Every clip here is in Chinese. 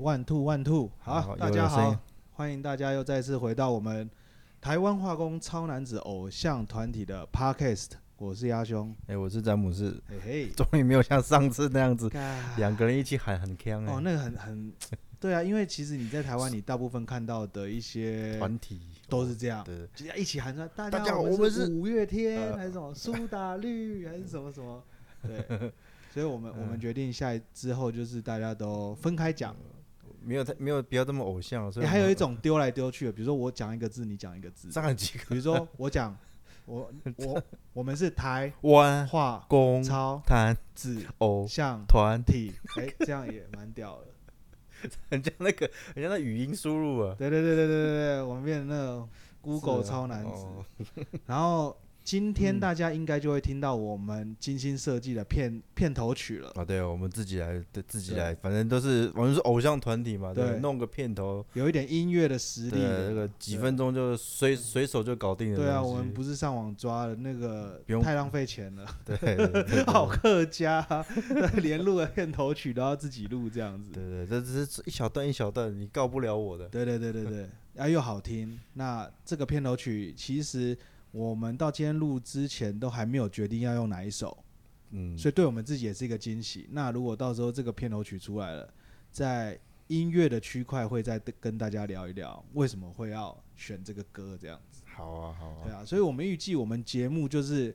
万兔万兔，好，好大有家有声好音，欢迎大家又再次回到我们台湾化工超男子偶像团体的 Podcast，我是鸭兄，哎、我是詹姆士，，嘿嘿终于没有像上次 那样子，干两个人一起喊很呛哦，哎、那个很很，对啊，因为其实你在台湾，你大部分看到的一些团体都是这样，的，就一起喊出来，大大家家好，好我我们们是是五月天呃还是什么苏打绿 还是什么什么， 对，所以我们我嗯们决定下一之后就是大家都分开讲，没有太没有不要这么偶像，所以欸我还有们一种丢来丢去的，比如说我讲一个字，你讲一个 字，上了几个比如说我讲我我我们是台 弯化弓超弹子偶像团，体，哎、这样也蛮屌的。很像那个很像那语音输入啊，对对对对对对对，我们变成那种 Google 是啊超男子。哦 嗯然后今天大家应该就会听到我们精心设计的片片头曲了。啊，对，我们自己来，对，自己对来，反正都是我们是偶像团体嘛，对对，弄个片头，有一点音乐的实力对，了，那个几对分钟就随随手就搞定了。对啊，我们不是上网抓的，那个不用太浪费钱了，对，对对对 好客家 啊、连录的片头曲都要自己录这样子。对对，这只是一小段一小段，你告不了我的。对对对对对，啊又好听。那这个片头曲其实我们到今天录之前都还没有决定要用哪一首，嗯，所以对我们自己也是一个惊喜。那如果到时候这个片头曲出来了，在音乐的区块会再跟大家聊一聊为什么会要选这个歌这样子。好啊，好对啊，啊，所以我们预计我们节目就是。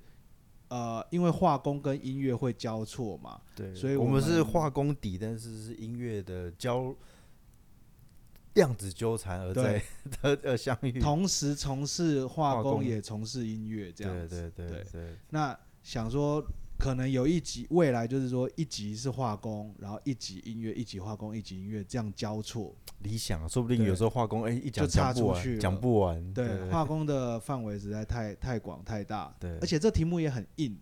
呃，因为画工跟音乐会交错嘛，对，所以我我们是们化工底，但是是音乐的交量子纠缠而对在 而而相遇。同时从事画化工嗯工也从事音乐，这样对子。对对对对，那想说，可能有一集未来就是说，一集是化工，然后一集音乐，一集化工，一集音乐，这样交错。理想啊说不定对有时候化工哎一讲就岔讲出不去完，了讲不完。对，对，化工的范围实在太太广太大，对嗯而且这题目也很硬，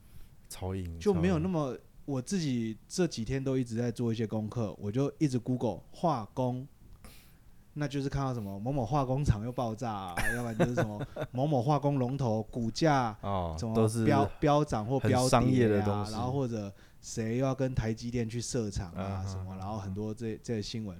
超硬就没有那么么。我自己这几天都一直在做一些功课，我就一直 Google 化工，那就是看到什么某某化工厂又爆炸、啊，要不然就是什么某某化工龙头股价哦什，么都是飙飙涨或很飙商跌业的啊东西然后或者谁又要跟台积电去设厂啊啊什么，啊然后很多这这些新闻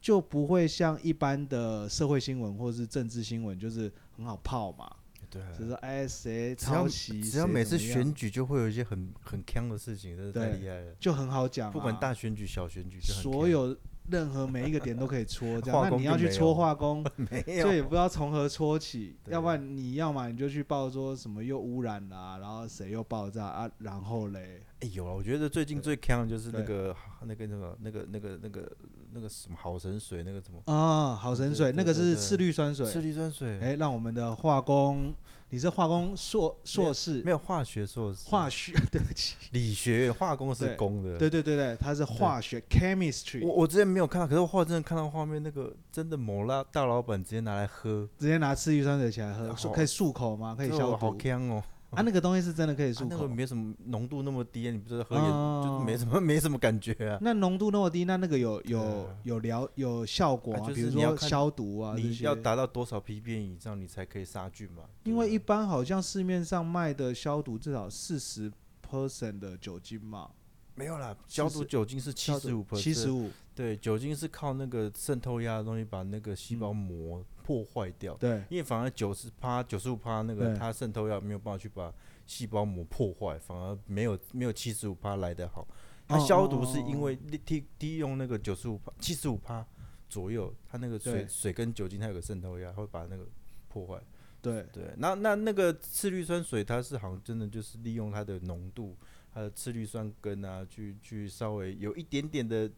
就不会像一般的社会新闻或是政治新闻，就是很好泡嘛，对啊，就是说哎谁只要抄袭，只要谁每怎次么样选举就会有一些很很坑的事情，真是太对厉害了。就很好讲啊，不管大选举、小选举，就很所有任何每一个点都可以 戳，这化样那工你就要去没戳有 化工，坑没就有也不知道从何戳起，对要不然你要嘛你就去报说什么又污染啦、然后谁又爆炸啊，然后嘞，哎、有了，我觉得最近最坑的就是那对个那个那个那个那个那个那个什么好神水，那个什么啊，好神水，对对那个对是对次氯酸水。次氯酸水，哎、让我们的化工，你是化工硕硕士没，有化学硕士，化 学，对不起，理学院化工对是工的。对对对对，他是化学 chemistry，我我之前没有看到，可是我后来真的看到画面，那个真的某拉大老板直接拿来喝，直接拿次氯酸水起来喝，好说可以漱口吗？可以这消我好毒坑哦、啊？那个东西是真的可以啊漱那口个，没什么浓度那么低，你不是喝也、就是哦没什么没什么感觉啊。那浓度那么低，那那个有对有啊有疗有效果啊吗？就是比如你要说看消毒啊这你些要。达到多少 ppm 以上，你才可以杀菌嘛？因为对啊一不般好像市面上卖的消毒至少四十 percent 的酒精嘛，对没有啦，消是毒酒精是七十五，七十五，对，酒精是靠那个渗透压的东西把那个细嗯胞膜破坏掉，对因为反而九十趴、九十五趴那对个它渗透压没有办法去把细胞膜破坏，反而没有没有七十五趴来得好。它哦消哦毒是哦哦因为利利利用那个九十五趴、七十五趴左右，它那个对水水跟酒精它有个渗透压，会把那个破坏。对，对，那那那个次氯酸水，它是好像真的就是利用它的浓度，它的次氯酸根啊，去去稍微有一点点的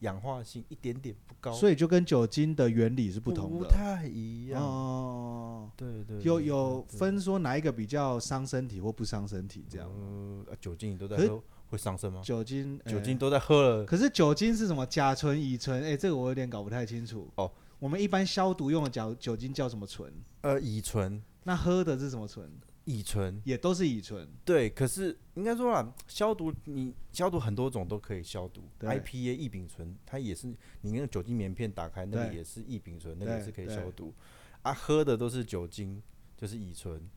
氧化性，一点点不高，所以以就跟酒精的原理是不不同的。太一样。哦，对对，有对有对分说哪一个比较伤身体或不伤身体这样。嗯、啊酒精你都在可是喝，会上升吗？酒精，酒精哎都在喝了，可是酒精是什么？甲醇、乙醇，哎，这个我有点搞不太清楚。哦，我们一般消毒用的酒酒精叫什么醇？呃，乙醇，那喝的是什么醇？乙醇，也都是乙醇。对，可是应该说啦，消毒你消毒很多种都可以消毒对，IPA 异丙醇它也是，你那个酒精棉片打开那个对也是异丙醇，那个也对是可以对消毒。啊，喝的都是酒精，就是乙醇。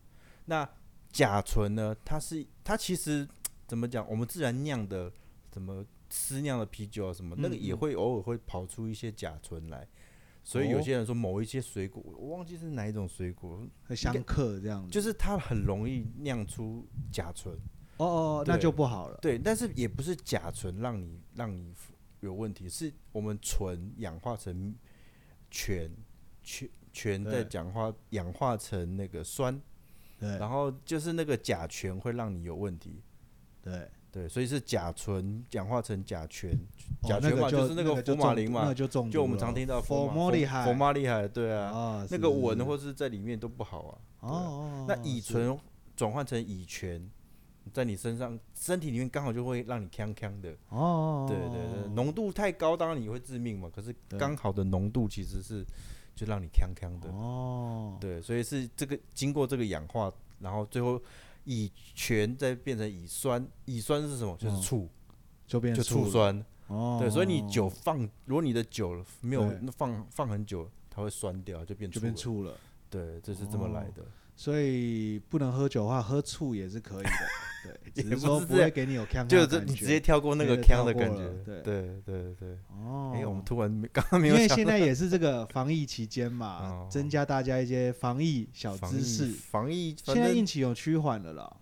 那甲醇呢，它是它其实怎么讲？我们自然酿的，怎么私酿的啤酒啊什么，那个嗯也嗯会偶尔会跑出一些甲醇来。所以哦有些人说某一些水果，我忘记是哪一种水果，会相克这样子，就是它很容易酿出甲醇。哦哦，哦对那就不好了。对，但是也不是甲醇让你让你有问题，是我们醇氧化成醛，醛醛在对氧化氧化成那个酸，对然后就是那个甲醛会让你有问题。对，对，所以是甲醇氧化成甲醛，甲哦那醛嘛个就是那那个就福马中林嘛那就中毒了，就我们常听到佛摩摩利利海，海佛马利海，对啊，啊，那是个是是文或是在里面都不好啊。哦哦，那哦乙是醇转换成乙醛，在你身上身体里面刚好就会让你呛呛的。哦哦，对对对，浓度太高当然你会致命嘛，可是对刚好的浓度其实是就让你呛呛的对。哦，对，所以是这个经过这个氧化，然后最后乙醛再变成乙酸，乙酸是什么？就是嗯醋，就变就醋了酸。哦，对，所以你哦酒放，如果你的酒没有对放放很久，它会酸掉，就变就醋变了。醋哦了，对，这是这么来的。所以不能喝酒的话，喝醋也是 可以的，对，只也是不说是不这会样给你有呛就的是感你直觉接跳过那直个接腔跳的过感觉了。对对对对。哦，哎，我们突然没刚刚没因有为想现 到在也是这个防疫期间嘛哦，增加大家一些防疫小防知疫识。防疫反现在正疫情有趋缓了啦，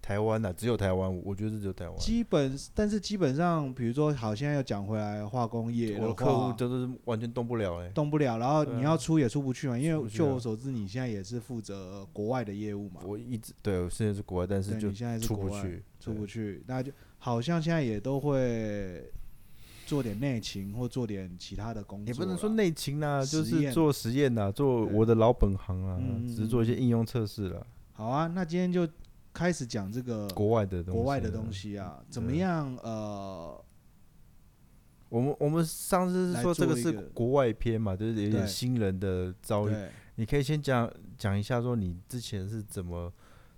台湾啊呐，只有台湾，我觉得只有台湾。基本，但是基本上，比如说，好，现在又讲回来化工业我的的客户话真的是完全动不了哎。动不了，然后对啊你要出也出不去嘛，因出不为去就啊我所知，你现在也是负责国外的业务嘛，我一直对，我现在是国外，但是对，就你现在是出国不外去，出不对去，那就好像现在也都会做点内勤或做点其他的工作啦，也不能说内勤啦，就实是验做实验啦，做对我的老本行啦嗯，只是做一些应用测试啦，好啊，那今天就开始讲这个国外的东西，嗯嗯国外的东。西啊，怎么对样？呃，我们我们上次是来说这做个一是个国外篇嘛，就是有点对新人的遭遇。对，你可以先讲讲一下，说你之前是怎么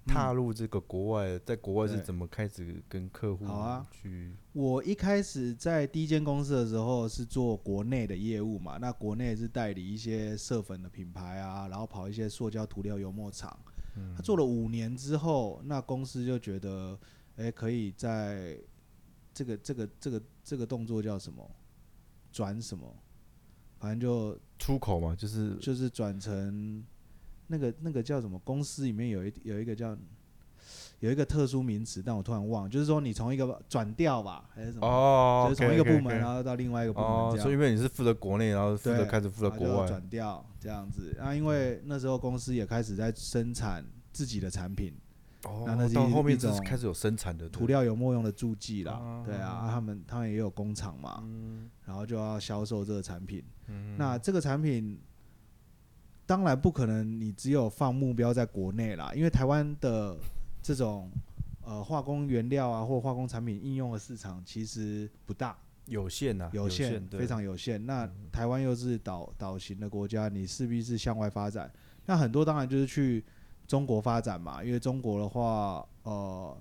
踏嗯入这个国外，在国外是对怎么开始跟客户好啊去我一开始在第一间公司的时候是做国内的业务嘛，那国内是代理一些色粉的品牌啊，然后跑一些塑胶涂料油墨厂。他做了五年之后，那公司就觉得，哎、可以在这个这个这个这个动作叫什么？转什么？反正就出口嘛，就是就是转成那个那个叫什么公司里面有一有一个叫有一个特殊名词，但我突然忘了，就是说你从一个转调吧还是什么，哦，就是从一个 OK，OK，部门 OK 然后到另外一个部门哦，这所以样。因为你是负责国内，然后负责对开始负责然后国就外，转调这样子，那、因为那时候公司也开始在生产自己的产品，哦那那是到一后面一就是种开始有生产的涂料，料油墨用的助剂啦，啊嗯对啊，啊他们他们也有工厂嘛，然后就要销售这个产品。那这个产品当然不可能你只有放目标在国内啦，因为台湾的这种呃化工原料啊或化工产品应用的市场其实不大，有限呐，有限，限，对嗯非常有限。那台湾又是岛岛型的国家，你势必是向外发展。那很多当然就是去中国发展嘛，因为中国的话，呃，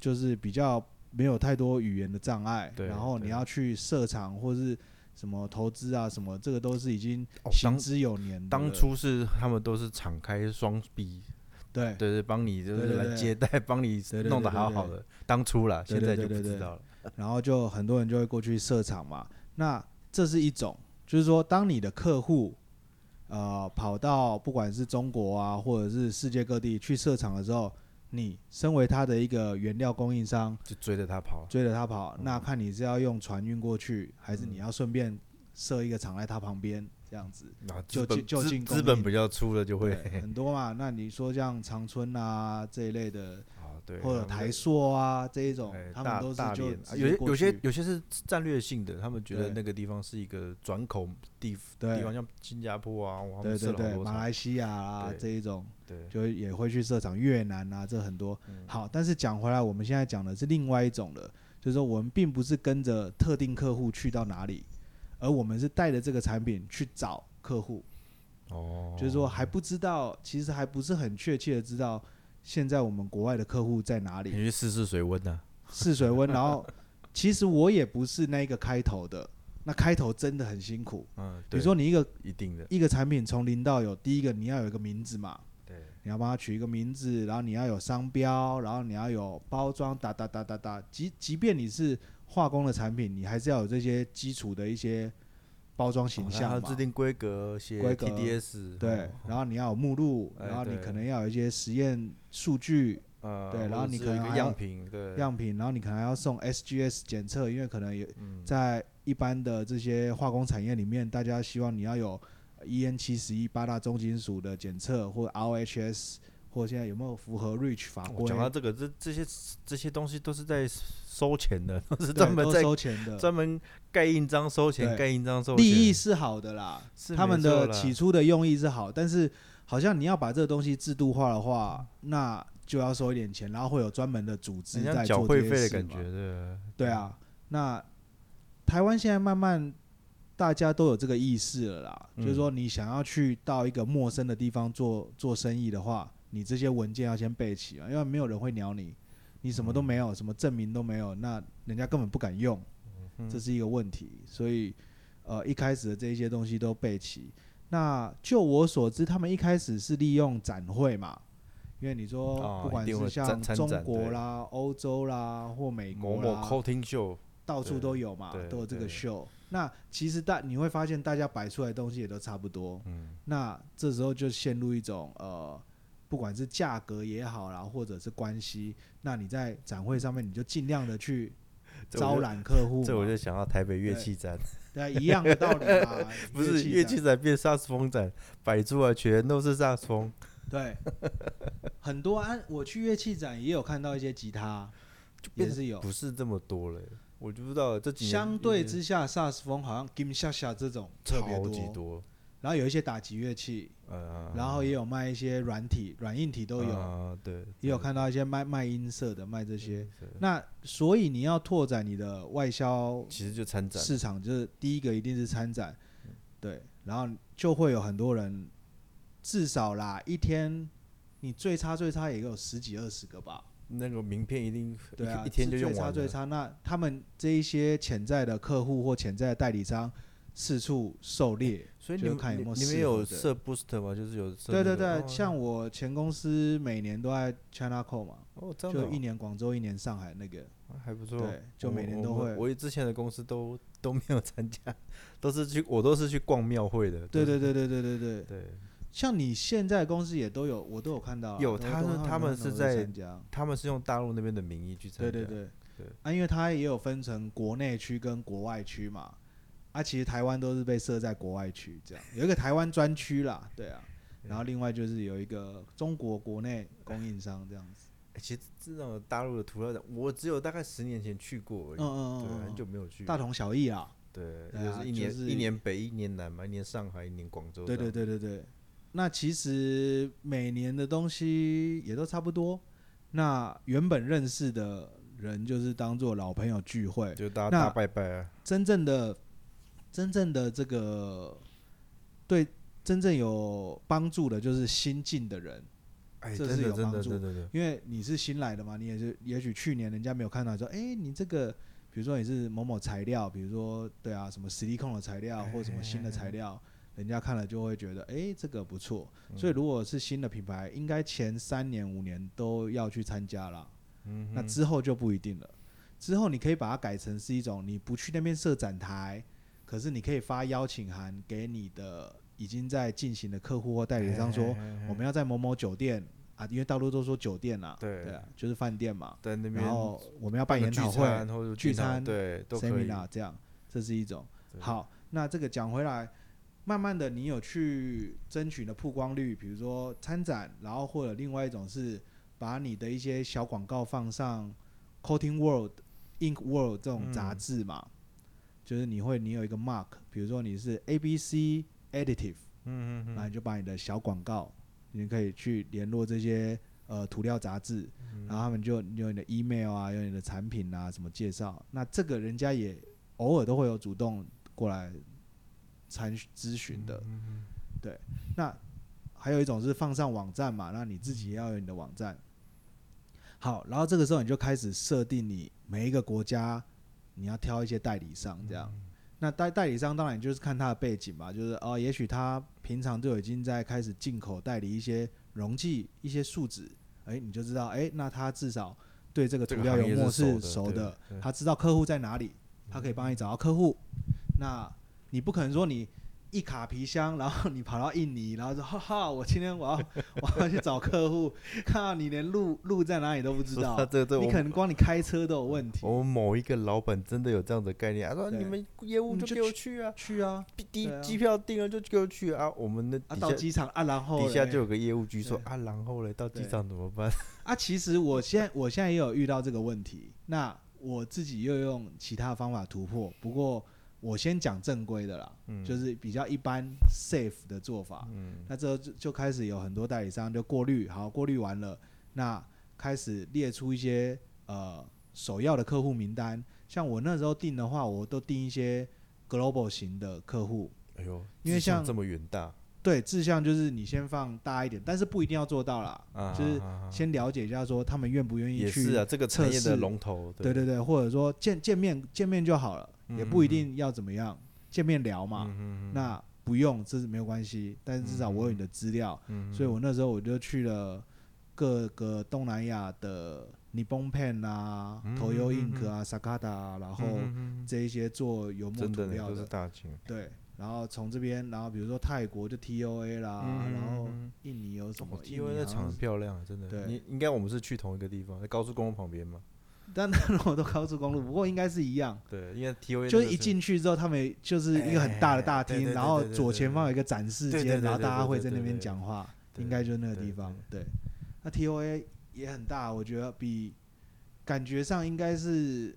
就是比较没有太多语言的障碍，对然后你对要去设厂或是什么投资啊什么，这个都是已经哦行当之有年的了。当初是他们都是敞开双臂，对对对，帮你就对是对来对接待，帮你对对弄得对好对好对的。当初啦，对现对在对就不对对知道了。然后就很多人就会过去设厂嘛。那这是一种，就是说，当你的客户呃跑到不管是中国啊，或者是世界各地去设厂的时候，你身为他的一个原料供应商，就追着他跑。追着他跑，嗯那看你是要用船运过去，还是你要顺便设一个厂在他旁边这样子。啊，就资本就资进攻资本力比较粗了就会对很多嘛，那你说像长春啊这一类的，啊，对，或者他们台塑啊这一种哎，他大们都是大就连啊直接有些过有些去有些是战略性的，他们觉得对那个地方是一个转口地对地方，像新加坡啊，我对们对设了好对，多马厂，来西亚啊对这一种，对，嗯就也会去设厂，越南啊，这很多。好，但是讲回来，我们现在讲的是另外一种的，就是说我们并不是跟着特定客户去到哪里，而我们是带着这个产品去找客户，哦，就是说还不知道，其实还不是很确切的知道现在我们国外的客户在哪你 里，去试试水温呐，试水温。然后其实我也不是那个开头的，那开头真的很辛苦。嗯，比如对说你一个一定的，一个产品从零到有，第一个你要有一个名字嘛，对，你要帮他取一个名字，然后你要有商标，然后你要有包装，哒哒哒哒哒。即即便你是化工的产品，你还是要有这些基础的一些包装形然后象嘛哦制。定规格，写规格 TDS，对，然后后你要有目录，哎然后你对可能要有一些实验数据呃，对然后或者你是可能一个还要样品，对，样品，然后你可能还要送 SGS 检测，因为可能有嗯在一般的这些化工产业里面，大家希望你要有 EN 七十一八大重金属的检测，或 RHS，或现在有没有符合 REACH 法我规，讲到这个，这这些这些东西都是在收钱的，都是对专门都在收钱的，专门盖印章收钱，对盖印章收钱。利益是好的啦，是他们没错的啦起初的用意是好，但是好像你要把这个东西制度化的话，那就要收一点钱，然后会有专门的组织很像在缴做会这费些的事感嘛觉，。对。对啊，那台湾现在慢慢大家都有这个意识了啦，嗯就是说你想要去到一个陌生的地方做做生意的话，你这些文件要先备齐啊，因为没有人会鸟你，你什么都没有，嗯什么证明都没有，那人家根本不敢用，这是一个问题。所以呃，一开始的这一些东西都备齐。那就我所知，他们一开始是利用展会嘛。因为你说哦，不管一定是会像参参中展国对啦、欧洲啦或美某国某啦 coating show，到处对都有嘛对，都有这个对秀。那其实大你会发现，大家摆出来的东西也都差不多。嗯，那这时候就陷入一种呃，不管是价格也好啦，或者是关系，那你在展会上面你就尽量的去这我招就揽客户嘛，这我就想到台北乐 器展，。对啊一样的道理嘛 不是乐器展展变萨克斯风展，摆出来全都是萨克斯风，对，很多啊，我去乐器展也有看到一些吉他，变也是有。不是这么多了，我就不知道这几年相对之之下，萨克斯风好像 Gim 下下这种特别超级多，多，然后有一些打击乐器，呃，然后也有卖一些软体、软硬体都有，啊对，嗯也有看到一些卖卖音色的，卖这些。对，那所以你要拓展你的外销其实就参展，市场，就是第一个一定是参展，对，然后就会有很多人，至少啦一天，你最差最差也有十几二十个吧，那个名片一定对啊，一一天就用最差完最了。差。那他们这一些潜在的客户或潜在的代理商四处狩猎，所以就你们看有你没有你们适有合的设 booster 吗？就是有设对对那个对，哦像我前公司每年都在 China Co 嘛。哦这样的就哦一年广州，一年上海那个，啊还不错，对，就我每年我都我会。我之前的公司都都没有参加，都是去我都是去逛庙会的。对都对对是对对对对，对，像你现在公司也都有，我都有看到啊。有都他都们他都们都是会在参加，他们是用大陆那边的名义去参对加。对对对啊，因为它也有分成国内区跟国外区嘛，啊，其实台湾都是被设在国外区这样，有一个台湾专区啦，对啊，嗯然后另外就是有一个中国国内供应商这样子。欸其实这种大陆的土特产，我只有大概十年前去过嗯嗯而已，对，嗯嗯很久嗯，没有去大了。同小异啊。对，对啊就是一就年是一年北，一年南嘛，一年上海，一年广州。对对，对对对，那其实每年的东西也都差不多。那原本认识的人就是当做老朋友聚会，就大家那大拜拜啊。真正的、真正的这个对真正有帮助的，就是新进的人，哎，这真是的有真帮的助真的真的，因为你是新来的嘛，你也是，也许去年人家没有看到，说，哎、你这个。比如说你是某某材料，比如说对啊，什么实力控的材料或什么新的材料，人家看了就会觉得，哎、这个不错，所以如果是新的品牌，应该前三年五年都要去参加啦。嗯那之后就不一定了。之后你可以把它改成是一种，你不去那边设展台，可是你可以发邀请函给你的已经在进行的客户或代理商说，嗯我们要在某某酒店啊，因为大陆都说酒店啦，对啊，就是饭店嘛。在那边然后我们要办个研聚讨会、餐或者聚讨餐对，都可以。 seminar 这样，这是一种。对，好，那这个讲回来，慢慢的你有去争取你的曝光率，比如说参展，然后或者另外一种是把你的一些小广告放上 Coating World、Ink World 这种杂嗯志嘛，就是你会你有一个 mark，比如说你是 ABC Additive，嗯嗯嗯，然后你就把你的小广告，你可以去联络这些呃涂料杂志，然后他们就有你的 email 啊，有你的产品啊什么介绍。那这个人家也偶尔都会有主动过来参咨询嗯的，对。那还有一种是放上网站嘛，那你自己也要有你的网站。好，然后这个时候你就开始设定你每一个国家你要挑一些代理商这嗯样。那代代理商当然就是看他的背景吧，就是哦，也许他平常就已经在开始进口代理一些溶剂、一些树脂，哎，你就知道，哎，那他至少对这个这涂个料行油业墨是是熟熟的的对对，他知道客户在哪里，他可以帮你找到客户。那你不可能说你一卡皮箱，然后你跑到印尼，然后说哈哈，我今天我要我要去找客户，看到你连路路在哪里都不知道 说到，这这你我可能光你开车都有问题。我们某一个老板真的有这样的概念，他说对你们业务你就就给我去啊，去啊机对啊机票订了就给我去啊，我们的啊，底到下机场啊，然后底下嘞就有个业务局说对啊，然后嘞到机对场怎么办？啊，其实我现在我现在也有遇到这个问题，那我自己又用其他方法突破。不过我先讲正规的啦，嗯就是比较一般 safe 的做法。嗯那之后就就开始有很多代理商就过滤，好过滤完了，那开始列出一些呃首要的客户名单。像我那时候定的话，我都定一些 global 型的客户，哎呦，因为志向像这么远大对志向就是你先放大一点，但是不一定要做到啦，啊，就是啊啊先了解一下说他们愿不愿意也去是啊，这个产测业的试龙头，对对对，或者说见见面见面就好了，也不一嗯嗯嗯定要怎么样，见面聊嘛，嗯嗯嗯那不用这是没有关系，但是至少我有你的资料，嗯所以我那时候我就去了各个东南亚的 Nippon Pen 啊、嗯 Toyo 嗯嗯 Ink 啊、Sakata 啊，然后嗯嗯嗯这一些做油墨真涂的呢料都是的，大型，对，然后从这边，然后比如说泰国就 TOA 啦，嗯然后嗯嗯印尼有什么哦印尼 TOA 那好像场很是漂亮啊，真的。对你应该我们是去同一个地方，在高速公路旁边嘛。 但那我都高速公路，不过应该是一样。对，因为 TOA 就是那个一进去之后，他们就是一个很大的大哎对厅，对然后对对左前方有一个展示对对对间，然后对大家对会对在那对边对讲话，对应该就是那个对地对方。对，那 TOA 也很大，我觉得比感觉上应该是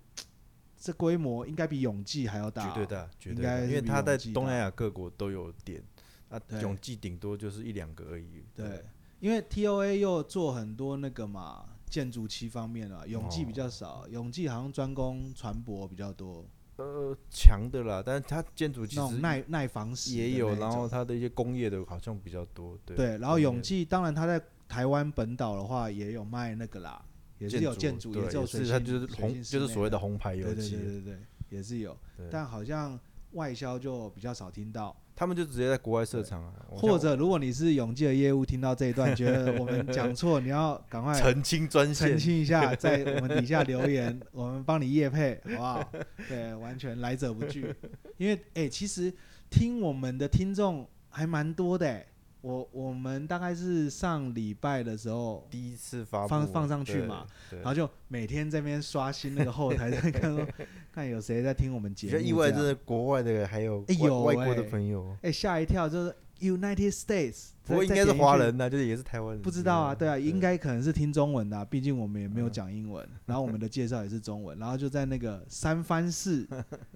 这规模应该比永济还要大，哦绝对的，绝对应的，该因是为比它永在济东大南亚各国都有点，啊，对永济顶多就是一两个而已。对，因为 TOA 又做很多那个嘛建筑期方面啊，永济比哦较少，永济好像专攻船舶比较多，呃，强的啦，但是它建筑其那种实耐耐防石的也那有，一然种后它的一些工业的好像比较多。对对，然后工永业济当然他在台湾本岛的话也有卖那个啦，也是有建筑，对只有水是性，它就是水红，性就室是内所谓的的红牌油对对对漆。对对，也是有对，但好像外销就比较少听到，他们就直接在国外设厂啊，我或像者如果你是永济的业务，听到这一段觉得我们讲错，你要赶快澄清专线澄，清一 下，在我们底下留言，我们帮你业配，好不 好？对，完全来者不拒。因为哎、其实听我们的听众还蛮多的、哎我我们大概是上礼拜的时候，第一次发放布啊放上去对嘛对然后就每天这边刷新那个后台，在看 说看有谁在听我们节比目较这样。意外，真的国外的还有哎外有外国哎的朋友，哎吓一跳，就是 United States，不过再应该是华，人再点进去呐，就是也是台湾人，嗯不知道啊，对啊，应该可能是听中文的啊、毕竟我们也没有讲英文，然后我们的介绍也是中文，然后就在那个三藩 市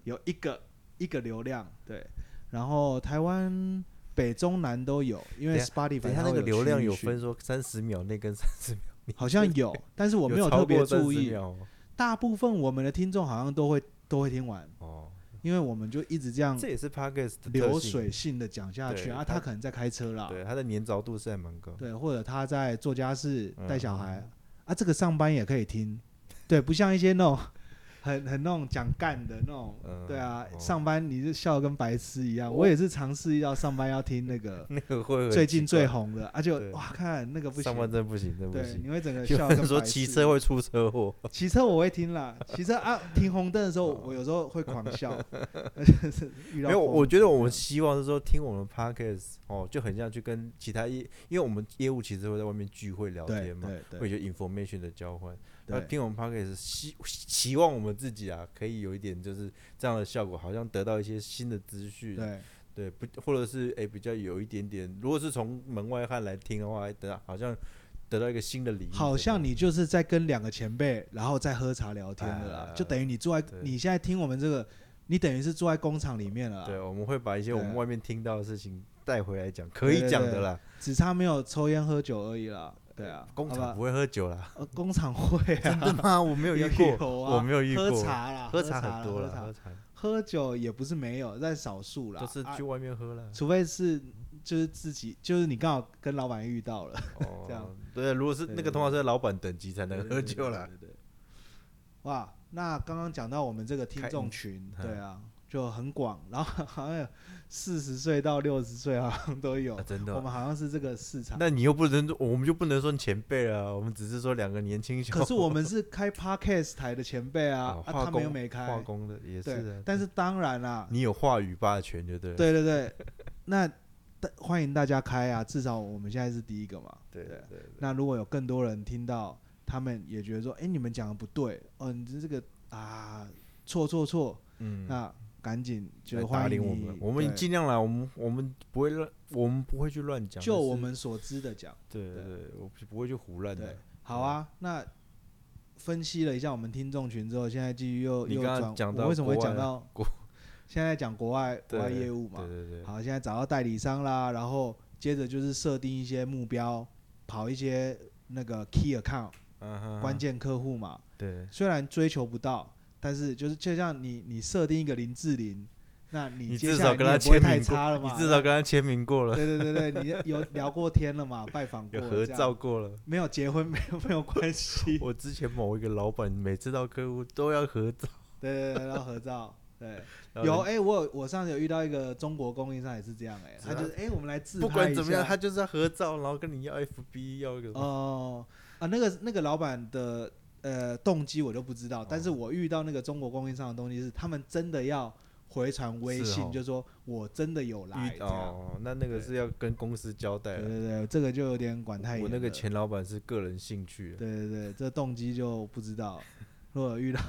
有一个一个流量，对，然后台湾。北中南都有，因为等一 Spotify 对，它那会个流区量域有性，分说三十秒内跟三十秒，好像 有，但是我没有超特别过30注意。秒哦吗大部分我们的听众好像都会都会听完，哦，因为我们就一直这样这也是 podcast 的特流性，水性的讲下去对啊。他他可能在开车啦，对，它的粘着度是还蛮高。对，或者他在做家事、嗯带小孩啊，这个上班也可以听，对，不像一些那种很很那种讲干的那种，嗯对啊，哦上班你是笑得跟白痴一样。我也是尝试要上班要听那个 那个会很最奇近最怪红的，啊就对哇看那个不上班行，真不行，真不对，行。你会整个有笑得人跟 说白骑痴车会出 车祸，骑车我会听啦，骑车啊，停红灯的时候，我有时候会狂 笑， 就是遇到哦没有，疯我子觉得我这们样希望是说听我们 podcast 哦，就很像去跟其他业，因为我们业务其实会在外面聚会聊对天嘛，对会对有 information 的交换。那对听我们 podcast 希期望我们自己啊，可以有一点就是这样的效果，好像得到一些新的资讯，对对不，或者是诶、比较有一点点，如果是从门外汉来听的话，得到好像得到一个新的领域，好像你就是在跟两个前辈，然后再喝茶聊天的啦，哎就等于你坐在对你现在听我们这个，你等于是坐在工厂里面了对，啦，我们会把一些我们对啊外面听到的事情带回来讲，可以讲的啦，只差没有抽烟喝酒而已啦。对啊，工好厂吧不会喝 酒啦。呃工厂会真的啊，吗？我没有 遇有过，啊我没有遇过。喝茶啦，喝喝茶啦很多喝了，茶喝茶喝酒也不是没有，但少数啦，就是啊去外面喝了。除非是就是自己，就是你刚好跟老板遇到了， 哦，啊这样对，如果是对那个通常是老板等级才能喝酒了。啦。对对对对对哇，那刚刚讲到我们这个听众群，开嗯对啊，就很广，然后好像有四十岁到六十岁好像都有啊，，真的我哦。们好像是这个市场。那你又不能，我们就不能说你前辈了啊，我们只是说两个年轻小伙。可是我们是开 podcast 台的前辈啊啊，啊，化他们又工没 化开，工的也是对啊，，但是当然啦，你有话语霸权，就对了。对对对， 那但欢迎大家开啊，至少我们现在是第一个嘛。对对对，那如果有更多人听到，他们也觉得说，哎、你们讲的不对，哦，你这个啊，错错错，嗯，那赶紧就来打欢迎脸我你们，我们对尽量来，我们我们不会乱，我们不会去乱讲，就但我是们所知的讲，对对对，我不不会去胡乱对的。，好啊，那。分析了一下我们听众群之后，现在继续又你又刚刚转，讲我到为什么会国讲外啊到国 现在讲国外国对外业务嘛？对对对，好，现在找到代理商啦，然后接着就是设定一些目标，跑一些那个 key account 嗯哼关键客户嘛。对虽然追求不到，但是就是就像你你设定一个林志玲，那你你接至下来少你跟他也不会签太名差过，了你嘛。至少跟他签名过 了，对对对对，你有聊过天了 嘛？拜访过有了，合这样照过了。没有结婚没 有没有关系。我之前某一个老板，每次到客户都要合照，对对对，然后合照。对，然后有哎、我有我上次有遇到一个中国供应商也是这样哎、是他啊就是哎、我们来自不拍管一怎么样，下他就是要合照，然后跟你要 FB 要一个什么，哦、啊，那个那个老板的呃动机我就不知道，但是哦我遇到那个中国供应商的东西是，他们真的要回传微是信，哦就说我真的有来遇这样。哦，那那个是要跟公司交代对了。对对，这个就有点管太严。我那个，前老板是个人兴趣，对对对，这动机就不知 道。如果遇到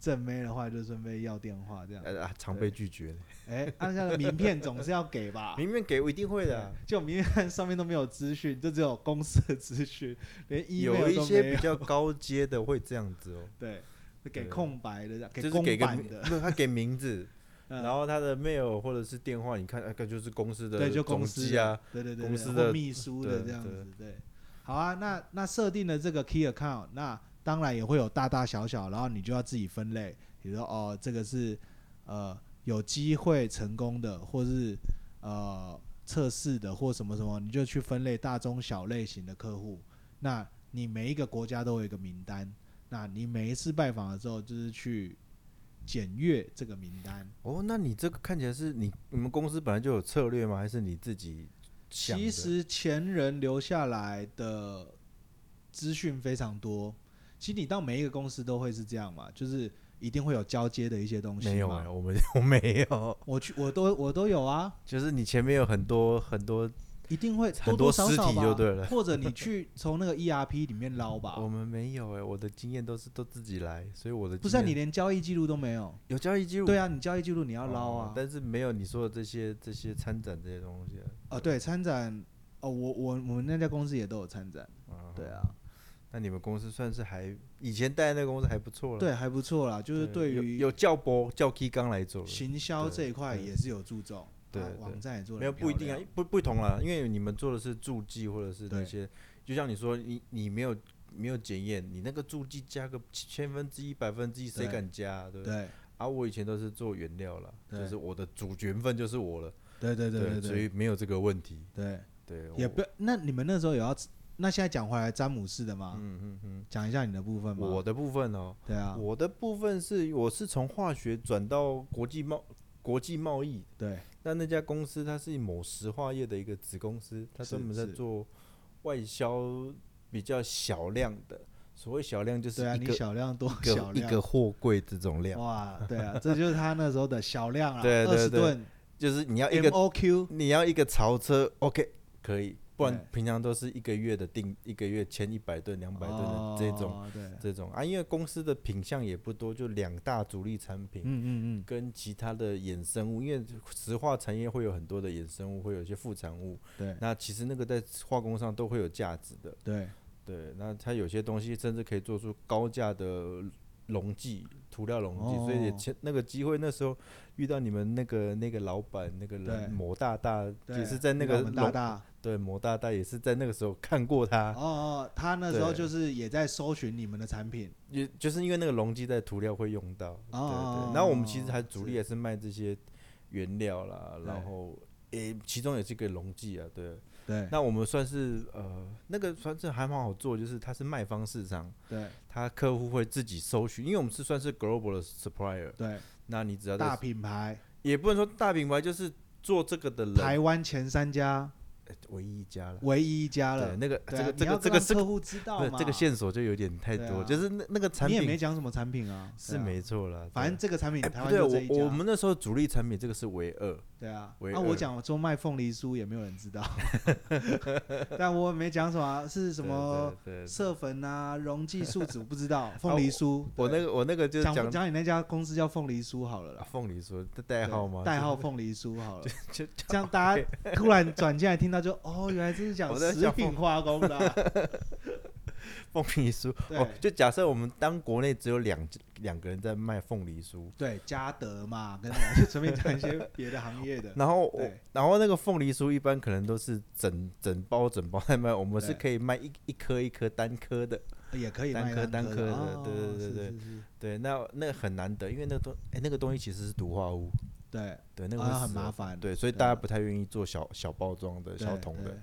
正妹的话，就顺便要电话 这样。呃啊，常被拒绝的。哎，按照名片总是要给吧？明面给我一定会的啊、就名片上面都没有资讯，就只有公司的资讯，连 email 有一都没些有比较高阶的会这样子哦，对，给对空白的这样，就是公给个版名的，没有他给名字， 嗯然后他的 mail 或者是电话，你看那个就是公司的对，就总公司机的啊，，对对对，公对司或的秘书的对这样对子，对。好啊，那那设定了这个 key account，那当然也会有大大小小，然后你就要自己分类，比如说哦，这个是呃有机会成功的，或是呃测试的，或什么什么，你就去分类大中小类型的客户。那你每一个国家都有一个名单，那你每一次拜访的时候，就是去检阅这个名单。哦，那你这个看起来是你你们公司本来就有策略吗？还是你自己想的？其实前人留下来的资讯非常多，其实你到每一个公司都会是这样嘛，就是一定会有交接的一些东西嘛。没有哎、我们 我没有，我去我都我都有啊，就是你前面有很多很多，一定会很多多少少尸体吧就对了或者你去从那个 ERP 里面捞吧 我。们没有哎、我的经验都是都自己来，所以我的不是、啊、经你验连交易记录都没有？有交易记录，对啊，啊，你交易记录你要捞啊。哦但是没有你说的这些这些参展这些东西哦，对，参展哦，我我我们那家公司也都有参展。啊。对啊，啊，那你们公司算是还以前待的那个公司还不错了，对，还不错啦，就是对有于有教博教 K 刚来做了，行销对这一块对也是有注重，对啊对网站也做得没有很不一漂定啊亮，不不同啦，因为你们做的是助记或者是那对些，就像你说，你你没有没有检验，你那个助记加个千分之一、百分之一，谁对敢加、啊？对不对？对啊，我以前都是做原料啦，就对是我的主角份就是我了，对对对所对以没有这个问题。对，对，也我不那你们那时候有要那现在讲回来詹姆士的吗？嗯嗯嗯，讲一下你的部分吗？我的部分哦、对啊，我的部分是我是从化学转到国际贸国际贸易，对那那家公司它是某石化业的一个子公司，它是专门在是做外销比较小量的。所谓小量就是对啊，一你个、小量多一小个一量个货柜这种量，哇，对啊，这就是他那时候的小量啊， 对对二十对吨就是你要一个 M O Q，你要一个槽车，OK 可以，不然对平常都是一个月的定，一个月签一百吨、两百吨的这种、哦对，这种啊，因为公司的品相也不多，就两大主力产品。嗯嗯嗯，跟其他的衍生物，因为石化产业会有很多的衍生物，会有一些副产物，对那其实那个在化工上都会有价值的， 对对。那它有些东西甚至可以做出高价的溶剂、涂料溶剂，所以也哦前那个机会那时候遇到你们那个那个老板那个对人某大大，对，也是在那个我们大龙啊大对某大大也是在那个时候看过哦他，哦，他那时候对就是也在搜寻你们的产品，也就是因为那个溶剂在涂料会用到，对哦对。然后我们其实还是主力还是卖这些原料啦，对然后诶、其中也是一个溶剂啊，对。对那我们算是呃，那个算是还蛮好做，就是它是卖方市场，对它客户会自己搜寻，因为我们是算是 global 的 supplier，对，那你只要在大品牌也不能说大品牌，就是做这个的人台湾前三家唯一一家了。唯一一家对，了。那个对这啊个你这要个这让个是客户知道不是嘛？这个线索就有点太对多，啊就是那那个产你也品没讲什么产品啊，是对啊没错啦。反正对这个产品哎台不湾对，就这一我我家，们那呃时候主力产品这个是唯二，对啊。唯那我二讲我说卖凤梨酥也没有人知 道，但我没讲什么啊是什么对？对对啊色粉啊、溶剂树脂，我不知 道。凤梨酥，我那对个我那个就是讲讲讲你那家公司叫凤梨酥好了啊啦，凤梨酥的对代号吗？代号凤梨酥 好了，就这样大家突然转进来听到就哦，原来这是讲我在食讲品化工的啊， 凤梨酥对哦，就假设我们当国内只有两两个人在卖凤梨酥，对，嘉德嘛，跟大家就顺便讲一些别的行 业的，然后我对然后那个凤梨酥一般可能都是整整包整包在卖，我们是对可以卖一一颗一颗单颗的，也可以单卖颗单单的，颗的哦对对对是对是是对，那那个很难得，因为那个东哎那个东西其实是毒化物，对，对，那个会啊死很麻人烦，对，所以对大家不太愿意做小小包装的、对，小桶的对。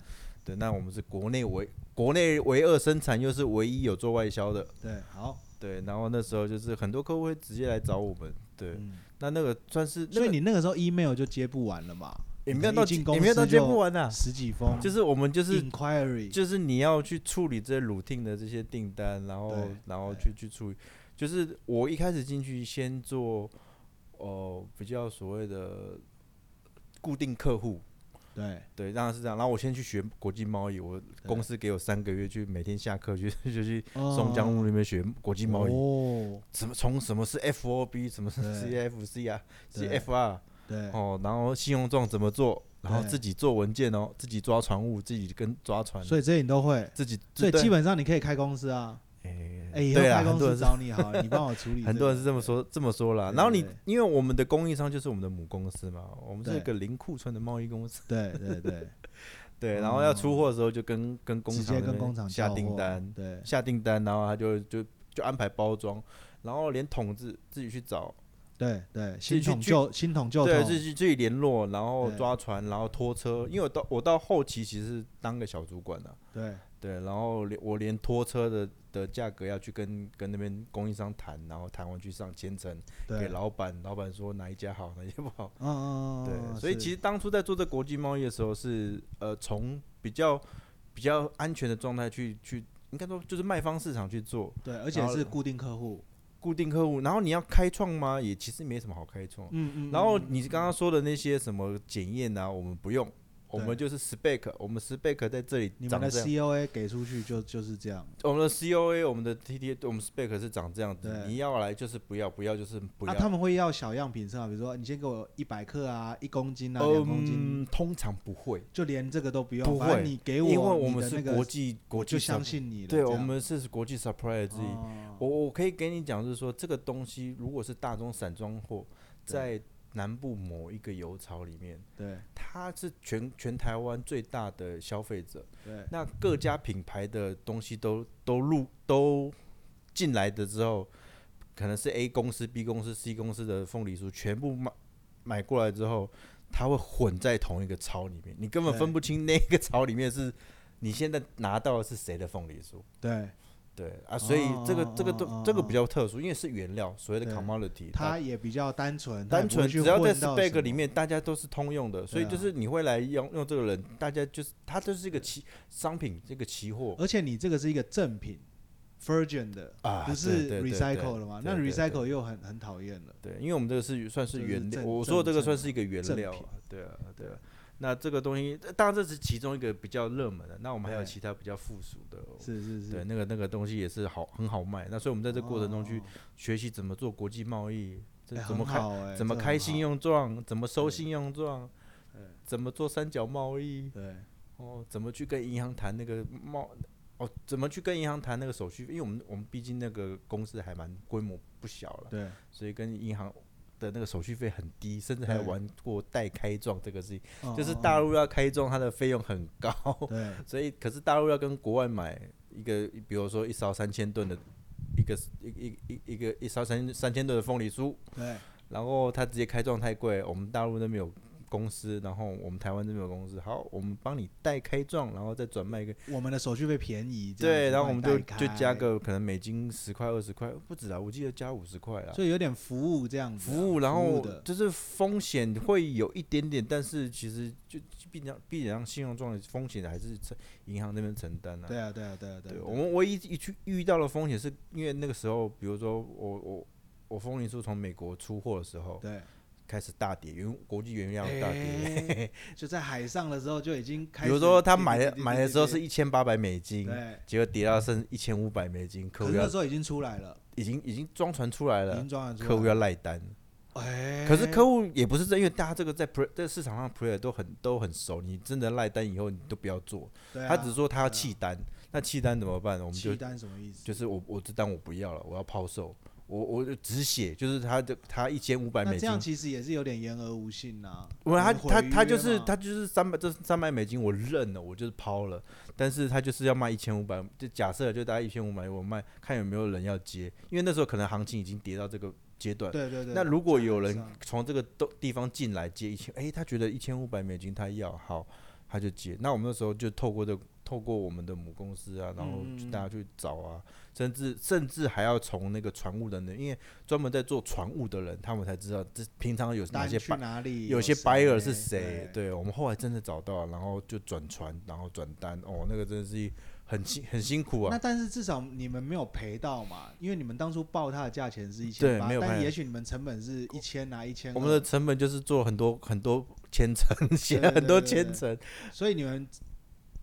对，那我们是国内唯国内唯二生产，又是唯一有做外销的。对，好，对，然后那时候就是很多客户会直接来找我们。对，嗯，那那个算是那所以个你那个时候 email 就接不完了嘛，也没有你到一进接公也没有到司接就不完呐、十几封，就是我们就是 inquiry，就是你要去处理这些 routine 的这些订单，然后对然后对去去处理。就是我一开始进去先做，呃，比较所谓的固定客户，对对，当然是这样。然后我先去学国际贸易，我公司给我三个月去，每天下课去 就去松江路那边学国际贸易，哦，什么从什么是 FOB，什么是对 CFC 啊对，CFR 对，哦，然后信用状怎么做，然后对自己做文件哦，自己抓船务，自己跟抓船，所以这些你都会，自己所以对基本上你可以开公司啊，哎哎，以后对啊，开很公多司人是找你好了，你帮我处 理这个，很多人是这么说这么说啦。对然后你对对因为我们的供应商就是我们的母公司嘛，我们是对一个零库存的贸易公司。 对，对对对，对，然后要哦出货的时候就跟跟工直厂接那跟边工厂下叫订货单，对下订单，然后他就就就安排包装，然后连桶子自己去找，对对，新己去桶旧新桶旧对，桶，自己自己联络，然后对抓船，然后拖车，因为我到我到后期其实是当个小主管啊了、对对，然后连我连拖车的的价格要去跟跟那边供应商谈，然后谈完去上千层给对，老板，老板说哪一家好，哪一家不好，嗯嗯嗯，嗯对，所以是其实当初在做这国际贸易的时候是，呃从比较比较安全的状态去去，应该说就是卖方市场去做对，而且然后是固定客户，固定客户，然后你要开创吗？也其实没什么好开创。嗯嗯，然后嗯你刚刚说的那些什么检验啊，我们不用，我们就是 spec，我们 spec 在这里你们长的这样。 COA 给出去就就是这样，我们的 COA，我们的 TTA，我们 spec 是长这样子，对你要来就是不要，不要就是不那、要。啊他们会要小样品称啊，比如说你先给我一百克啊，一公斤啊，两公斤，嗯，通常不会，就连这个都不用，不反正会你给因我，为我们你的是那个国际国就际相 supp- 信你了，对，这我样们是国际 supplier 之一。哦我我可以给你讲，就是说这个东西如果是大宗散装货，对在南部某一个油槽里面，对它是全全台湾最大的消费者。对那各家品牌的东西都都入都进来的之后，可能是 A 公司、B 公司、C 公司的凤梨酥全部买买过来之后，它会混在同一个槽里面，你根本对分不清那个槽里面是你现在拿到的是谁的凤梨酥。对，对啊，所以这个、哦这个哦都、哦这个哦比较特殊，因为是原料，所谓的对 commodity，它也比较单纯，它也单不纯会去只要在混到什 spec 里么，面，大家都是通用的，所以对啊就是你会来用用这个人，大家就是它就是一个期商品，这个期货而且你这个是一个正品，virgin 的，啊不对是对对 recycle 了嘛？对那对对 recycle 又很很讨厌了，对，因为我们这个是算是就是原料，正我说的正这个算正是一个原正料啊品，对啊，对啊。那这个东西，当然这是其中一个比较热门的，那我们还有对其他比较附属的哦、哎是是是，对，那个那个东西也是好很好卖。那所以我们在这过程中去哦学习怎么做国际贸易，这哎怎么很开好哎怎么这开很信好用状，怎么收对哎信用状对，怎么做三角贸易，对。哦，怎么去跟银行谈那个贸，哦，怎么去跟银行谈那个手续费？因为我们我们毕竟那个公司还蛮规模不小了，对所以跟银行的那个手续费很低，甚至还对玩过代开状这个事情，嗯就是嗯大嗯陆要开状，它的费用很高，对 所以可是大陆要跟国外买一个，比如说一艘三千吨的。一个一一一一个一艘三三千吨的凤梨酥，对然后他直接开状太贵，我们大陆那边有公司，然后我们台湾这边有公司，好，我们帮你代开状，然后再转卖给我们的手续费便宜，这样对，子然后我们就帮你代开就加，个可能美金十块二十块，不止啊，我记得加五十块啊。所以有点服务这样子啊、服务，然后的就是风险会有一点点，但是其实就必然必然让信用状的风险还是承银行那边承担啊。对啊，对啊，对啊，对对，啊我们唯一一去遇到的风险是因为那个时候，比如说我我我风铃酥从美国出货的时候对，开始大跌，原国际原料大跌。 哎就在海上的时候就已经开比始。如说他买的滴滴滴滴滴滴买的时候是一千八百美金，对，结果跌到剩一千五百美金，客可户是要那时候已经出来了，已经已经装船出来已了经，装得出来客户要赖单。哎，啊可是客户也不是真，因为大家这个在 play 在市场上 player 都很都很熟，你真的赖单以后你都不要做。对啊他只是说他要弃单，那弃单怎么办？我们就契丹什么意思？就是我我这单我不要了，我要抛售，我我就只写就是他的他一千五百那美这金样，其实也是有点言而无信呐。我他我们毁他他约就是嘛他就是三百这三百美金我认了，我就是抛了，但是他就是要卖一千五百，就假设就大概一千五百我卖，看有没有人要接，因为那时候可能行情已经跌到这个阶段。对对对。啊那如果在有海人上从这个都地方进来接一千，诶，他觉得一千五百美金他要好，他就接。那我们那时候就透过这透过我们的母公司啊，然后嗯嗯嗯大家去找啊，甚至甚至还要从那个船务的人，因为专门在做船务的人，他们才知道这平常有哪单些去 buy 哪里，有些谁 buyer 是谁。对，对我们后来真的找到，然后就转船，然后转单。哦，那个真的是一很辛很辛苦那啊。但是至少你们没有赔到嘛，因为你们当初报它的价钱是一对千八没有，但赔也许你们成本是一千啊一千。我们的成本就是做很多很多千层，写对对很多对对千对层。所以你们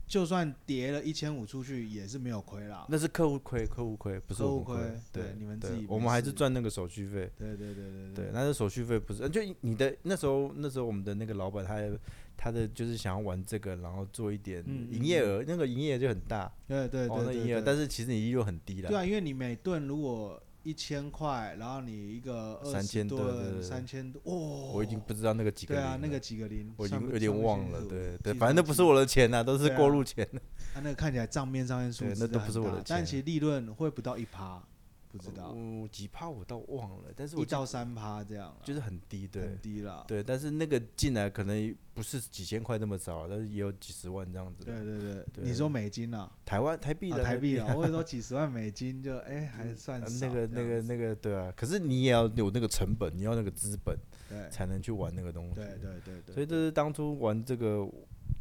就算跌了一千五出去也是没有亏啦。那是客户亏，客户亏，不是客我户们亏亏。对对，你们对自己我没们还事是赚那个手续费。对对对对对，那是手续费不是，就你的那时候，那时候我们的那个老板，他也他的就是想要玩这个，然后做一点嗯嗯营业额，那个营业额就很大，对对哦，那对营对业额，对。但是其实你利润很低对啦，啊，因为你每顿如果一千块，然后你一个二三十千吨对对吨对三千多，哦， 我已经不知道那个几个对零啊，那个了，几个零，我已算经不有算点不忘清了，楚对对，记反正那不不是清我的钱呐，都是对啊过路钱，他那个看起来账面上面数对字那都很不是我的大但钱其实利润会不到一趴，不知道嗯几趴我倒忘了，但是我一记得到三趴这样啊啦，就是很低，对很低啦。对，但是那个进来可能不是几千块那么少，但是也有几十万这样子的，对对对，对你说美金啊，台湾台币啊的台币啊，或者说几十万美金就 哎还算呃少那个这那样个子那个对啊，可是你也要有那个成本，你要那个资本对才能去玩那个东西。对对对对，所以这是当初玩这个，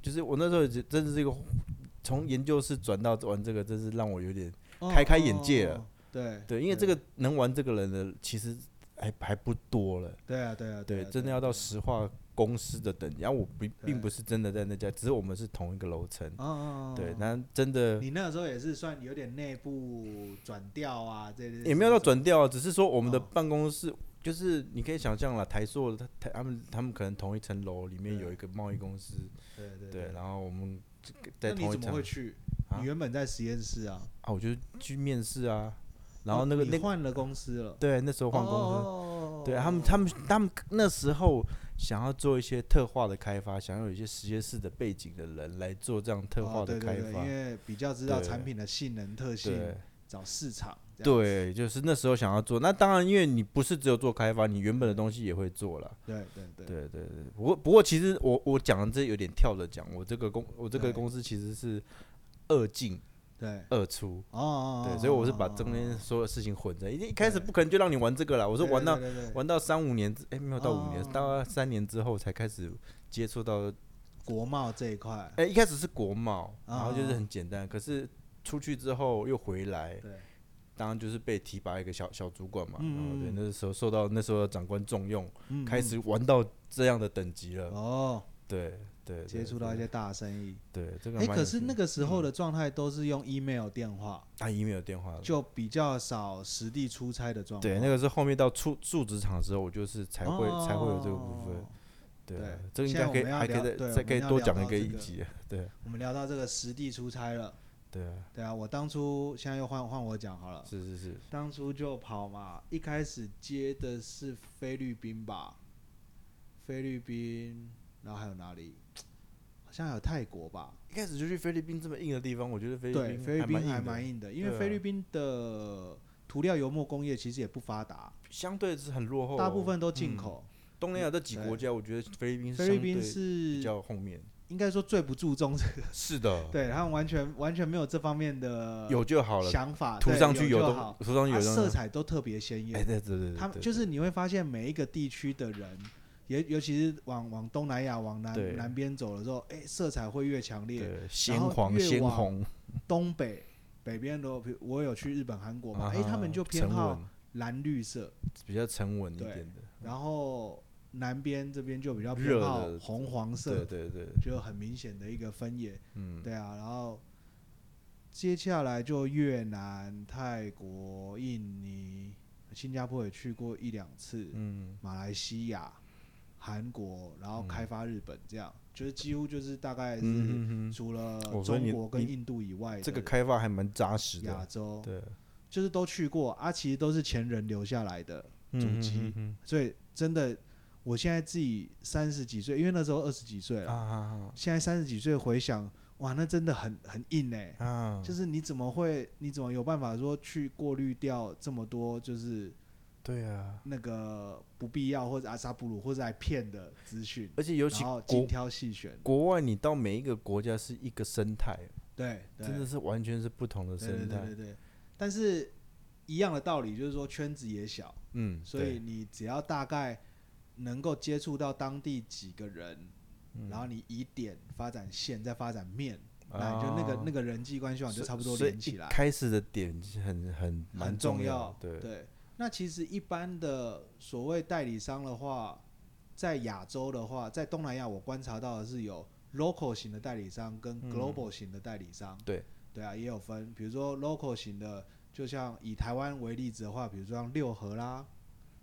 就是我那时候也真的是一个从研究室转到玩这个，真是让我有点哦开开眼界。哦哦了哦对对，因为这个能玩这个人的其实还还不多了。对啊对啊对，啊真的啊要到对石化公司的等级，然后我并并不是真的在那家，只是我们是同一个楼层。啊哦哦，哦对哦，那真的你那个时候也是算有点内部转调啊，这些也没有到转调，啊只是说我们的哦办公室就是你可以想象了，台塑他台他们他们可能同一层楼里面对有一个贸易公司，对对对，对。然后我们这个那在你同一怎么层会去？啊你原本在实验室啊，啊，我就去面试啊，然后哦那个你那个换了哦公司了，对那时候换公司，司对他们他们他们那时候想要做一些特化的开发，想要有一些实验室的背景的人来做这样特哦化的对开对对发因，为比较知道对产品的性能特性对，。找市场。这样对，就是那时候想要做，那当然，因为你不是只有做开发，你原本的东西也会做了。对对对对对对，不过不过其实我我讲的这有点跳着讲，我这个公我这对个公司其实是二进对二出，哦哦，对，哦所以我是把哦中哦间哦所有事情混在一起，一开始对不可能就让你玩这个啦，我是对玩到对对对玩到三五年之，哎，没有到五哦年哦，哦到三年之后才开始接触到，国贸这一块，哎，一开始是国贸，哦然后就是哦很简单，可是出去之后又回来，对当然就是被提拔一个小小主管嘛，然后嗯嗯对，嗯那时候受到那时候的长官重用，嗯开嗯始玩到这样的等级了，哦，对对，接触到一些大生意。对，这个哎，蛮可有是趣那的个时候嗯的状态都是用 email 电话，啊，email 电话了。就哦比较少实地出差的状况。对，那个是后面到处入职场的时候，我就是才会、才会有这个部分哦。对啊，对这个应现在该我可以们要还可以聊再对再我可以们要多聊讲一到个这一个集啊。对我们聊到这个实地出差了，对啊，对啊，我当初现在又换换我讲好了，是是是，当初就跑嘛，一开始接的是菲律宾吧，菲律宾，然后还有哪里？好像还有泰国吧？一开始就去菲律宾这么硬的地方，我觉得菲律对，宾菲律宾还还蛮硬的，硬的，因为对啊菲律宾的涂料油墨工业其实也不发达，相对是很落后哦。大部分都进口。东南亚这几个国家，我觉得菲律宾菲是律相宾对比是较后面。应该说最不注重这个，是的，对他们完全完全没有这方面的有就好了，想法，涂对上去有就东好，，涂上去啊有色东。彩都特别鲜哎，艳。对对对对，他们对就是你会发现每一个地区的人，尤尤其是往往东南亚往对南南边走了之后，哎，色彩会越强烈。对鲜后黄越鲜往红东北北边的，比如我有去日本、韩国嘛，啊哎，他们就偏沉好稳蓝绿色，比较沉稳一对点的，然后南边这边就比较热偏的好红黄对色，对对，就很明显的一个分野。嗯，对啊，然后接下来就越南、泰国、印尼、新加坡也去过一两次，嗯，马来西亚、韩国，然后开发日本，这样、就是几乎就是大概是嗯哼除了哦所以中你国跟你印度以外哼的这个开发还蛮扎实亚的，洲，对，就是都去过啊，其实都是前人留下来的，嗯主哼机哼哼所以真的我现在自己三十几岁，因为那时候二十几岁了，啊啊现在三十几岁回想，哇，那真的很很硬哎、啊啊，就是你怎么会，你怎么有办法说去过滤掉这么多就是对啊，那个不必要或者阿萨布鲁或者来骗的资讯，而且尤其然后国精挑细选，国外，你到每一个国家是一个生态，对，对真的是完全是不同的对对生对态对，对。但是一样的道理就是说圈子也小，嗯，所以你只要大概能够接触到当地几个人，嗯然后你以点发展线，再发展面，啊那你就那个那个人际关系网就所差不多所以连起一来。开始的点很很蛮很重要要的，，对，那其实一般的所谓代理商的话，在亚洲的话，在东南亚我观察到的是有 local 型的代理商跟嗯 global 型的代理商。对，对啊，也有分，比如说 local 型的，就像以台湾为例子的话，比如说像六合啦，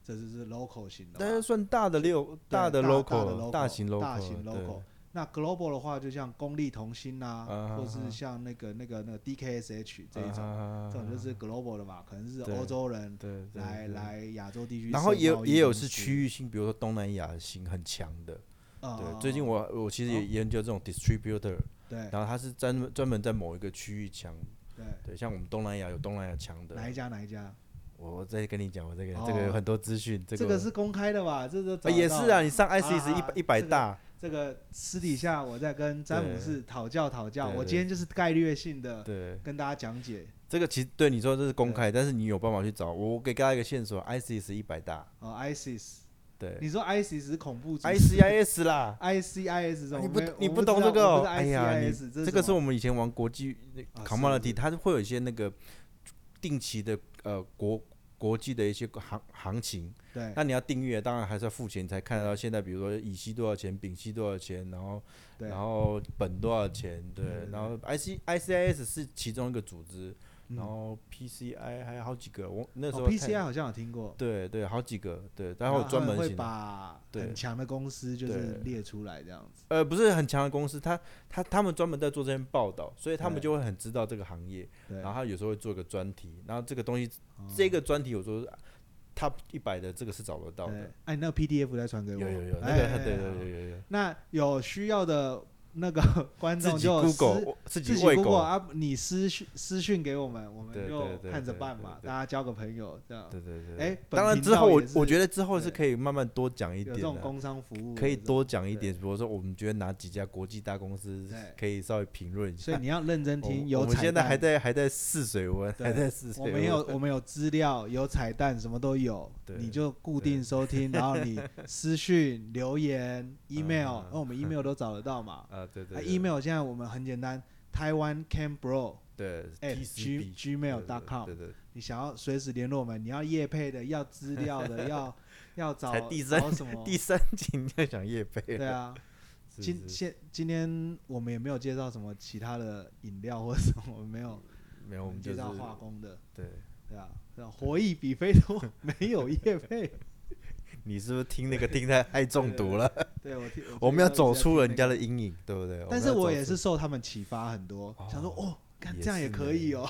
这就是 local 型的但嘛是。算大的六大的大 local，大的大 local，型大型 local， local 那 global 的话，就像公立同心呐、啊或啊啊是像那个那个那个 DKSH 这一种，种这种就是 global 的嘛，可能是啊对欧洲人对对来对来亚洲地区设贸易公司，嗯然后也有也有是区域性，比如说东南亚型很强的。嗯，对，嗯最近我我其实也哦研究这种 distributor，对然后他是专门专门在某一个区域强。对对，像我们东南亚有东南亚强的。哪一家哪一家，我我再跟你讲，我这个哦这个有很多资讯，这这个是公开的吧？这个啊找得也是到啊，，你上 I C 啊是一啊百一百这个大，这个私底下我在跟詹姆士讨教讨教，对我对今天就是概率性的对，跟大家讲解这个其实对你说这是公开，但是你有办法去找。我给大家一个线索，I C E 是一百大，哦，ISIS，对你说 ISIS 是恐怖组织，I C I S 啦。 ICIS 这种啊我你不没你我不不懂知这道个哦我不？知道哎呀，你 ICIS 这这个是什么我们以前玩国际那啊是 commodity，是它会有一些那个定期的呃国国际的一些行行情，对那你要订阅，当然还是要付钱才看得到。现在比如说乙烯多少钱，丙烯多少钱，然后对然后本多少钱，对对，对然后 I C I C I S 是其中一个组织，嗯然后 P C I 还有好几个，我那时候哦看，PCI 好像有听过，对对好几个对，然然后后专他们门会型的把对很强的公司就对是列出来这样子。呃，不是很强的公司，他他他们专门在做这些报道，所以他们对就会很知道这个行业，对哦然，后他有时候会做个专题，然后这个东西、这个专题有时候啊 top 一百的这个是找得到对的，，哎，你那个 PDF 再传给有我。有有那哎个、哎哎对好对有有有，那有需要的那 个观自众己就私 Google 我自自己己喂 Google 狗，啊，你私讯私讯给我们，我对们对对就对看着对办对嘛，对大家交个朋友这样。对对对，哎，本当然频之道后我也是我觉得之后是对可以慢慢多讲一有点这种的。工商服务的可以这种多讲一点，比如说我们觉得哪几家国际大公司对可以稍微评论一下。哦所以你要认真听，我有我们彩现在还蛋。在还在试水温，对还在试水我温。们有我们有资料，有彩蛋，什么都有，对你就固定收听，然后你私讯留 言、email，那我嗯哦们 email 都找得到嘛。 啊，对对啊对，email 现在我们很简单，台湾 cambro 对 at TCB g gmail.com 对。对，对你想要随时联络我们，你要业配的，要资料 的，要要找才第三找什么？ 第三集你就讲叶贝对了，啊，是今是现今天我们也没有介绍什么其他的饮料或者什么，没有，没有我们介就是绍化工的，对，对啊，对啊活益比非多，没有业 配。你是不是听那个听太太中毒了？对我听，我们要走出人家的。的阴影，对不对？但是我们也要走出是受他们启发很多，想说哦，看也这样也是可以 哦，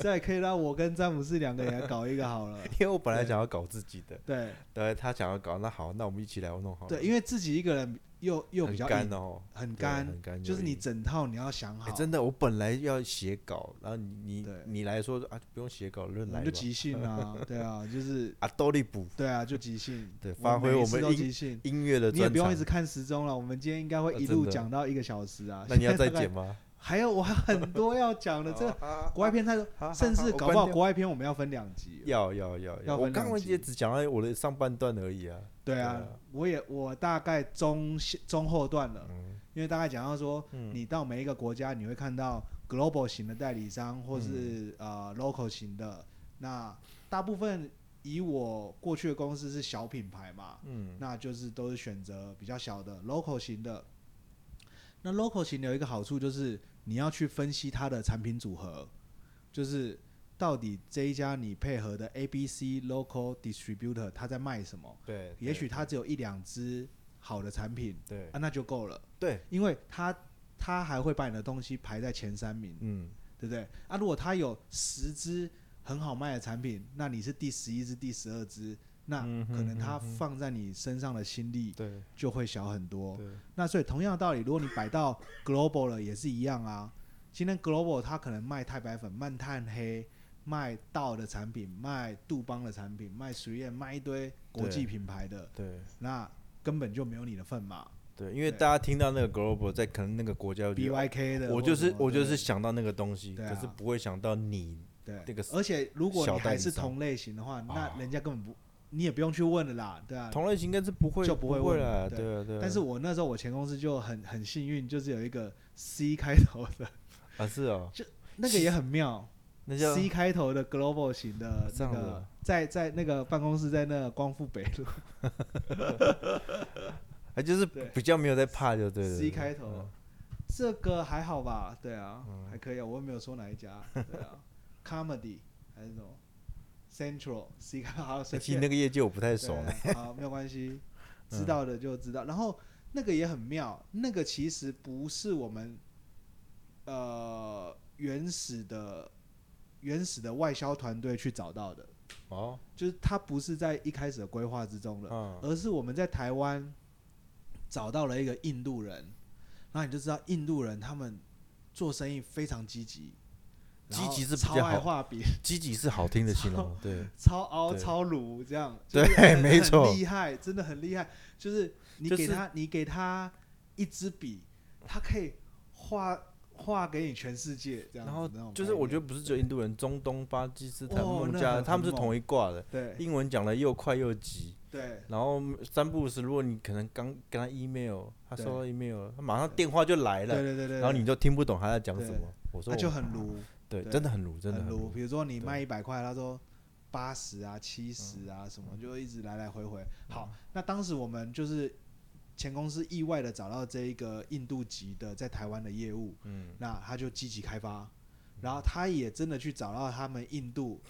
这样也可以让我跟詹姆斯两个也来搞一个好了。因为我本来对想要搞自己的，对对他想要搞，那好，那我们一起来弄好了。对，因为自己一个人又又比哦很较干硬哦，很对干，很干，就是有你瘾整套你要想好，哎真的，我本来要写稿，然后你你对你来说啊，不用写稿，我任来们吧就。即兴啊，对啊，就是啊，都力补对啊，就即兴， 对发挥每一我次们都应即兴，音乐的你也专不用场一直，看时钟了，我们今天应该会啊一真路的讲到一个小时啊。那你要现在再大概剪吗？哦还有我还很多要讲的，这个个国外片太多，甚至搞不好国外片我们要分两集。要要要要我分刚两刚集也只讲到我的上半段而已啊。对对啊啊，我也我大概中中后段了，嗯因为大概讲到说，嗯你到每一个国家，你会看到 global 型的代理商，或是嗯呃 local 型的。那大部分以我过去的公司是小品牌嘛，嗯那就是都是选择比较小的 local 型的。那 local 型的有一个好处就是你要去分析它的产品组合，就是到底这一家你配合的 A、B、C local distributor 它在卖什么？对，也许它只有一两只好的产品对啊，那就够了，对，因为它它还会把你的东西排在前三名，嗯，对不对？啊，如果它有十只很好卖的产品，那你是第十一只、第十二只，那嗯哼可能它嗯哼放在你身上的心力对就会小很多。对，那所以同样的道理，如果你摆到 global 了，也是一样啊。今天 global 它可能卖太白粉、卖炭黑、卖道的产品、卖杜邦的产品、卖实验、卖一堆国际对品牌的，对那根本就没有你的份嘛。对，因为对大家听到那个 global，在可能那个国家就觉 B 得 Y K 的我或就者什是么，我就对是想到那个东西，对可啊是不会想到你。对那个而且如果你小代还理是商同类型的话，啊那人家根本不，你也不用去问了啦，对啊。同类型应该是不会就不不会问啦，对对啊对啊。但是我那时候我前公司就很很幸运，就是有一个 C 开头 的，啊是哦，那个也很妙。那叫 C 开头的 Global 型的这那样子个啊，在在那个办公室在那光复北路啊就是对比较没有在怕就对了。哎 C 对开头，这个还好吧？对啊嗯，还可以啊，我又没有说哪一家，对啊，Comedy 还是什么 Central C 开头，好哎随其实便那个业界我不太熟对呢。嗯啊好，没有关 系，知道的就知道。然后那个也很妙，那个其实不是我们呃原始的原始的外销团队去找到的。 哦，就是它不是在一开始的规划之中了，嗯，而是我们在台湾找到了一个印度人，然后你就知道印度人他们做生意非常积极，然后积极是比超较爱好画笔、积极是好听的形 容，对超凹、对超鲁这样，对就是很 没错很厉害，真的很厉害。就是你就是给他，你给他一支笔，他可以画画给你全世界这样子。然后那种就是概我觉念得不是只有印度人，中东、巴基斯坦、哦孟那加拉，很他们是很猛同一挂的，对英文讲的又快又急。对然后三不五时，如果你可能刚跟他 email，他对收到 email，他马上电话就来对了，对对对，然后你就听不懂他在讲什对么。我说他就我很鲁。对，对真的很鲁，真的很很多，鲁。比如说你对嗯卖一百块，他说八十啊、七十啊什么，就一直来来回回。好，那当时我们就是前公司意外的找到这一个印度籍的在台湾的业务，嗯，那他就积极开发，然后他也真的去找到他们印度，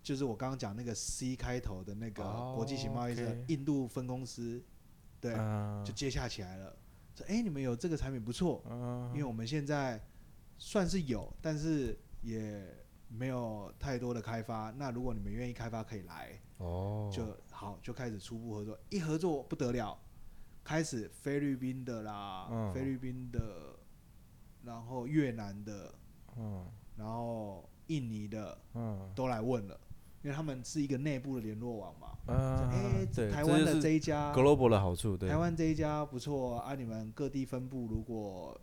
就是我刚刚讲那个 C 开头的那个哦国际型贸易社 OK 印度分公司，对，啊就接洽起来了。说哎、你们有这个产品不错，啊因为我们现在算是有，但是也没有太多的开发。那如果你们愿意开发，可以来，哦，就好，就开始初步合作。一合作不得了，开始菲律宾的啦，嗯菲律宾的，然后越南的，嗯然后印尼的嗯都来问了，因为他们是一个内部的联络网嘛。啊哎、对，台湾这的就是这一家 global 的好处，对台，湾这一家不错啊，你们各地分部如果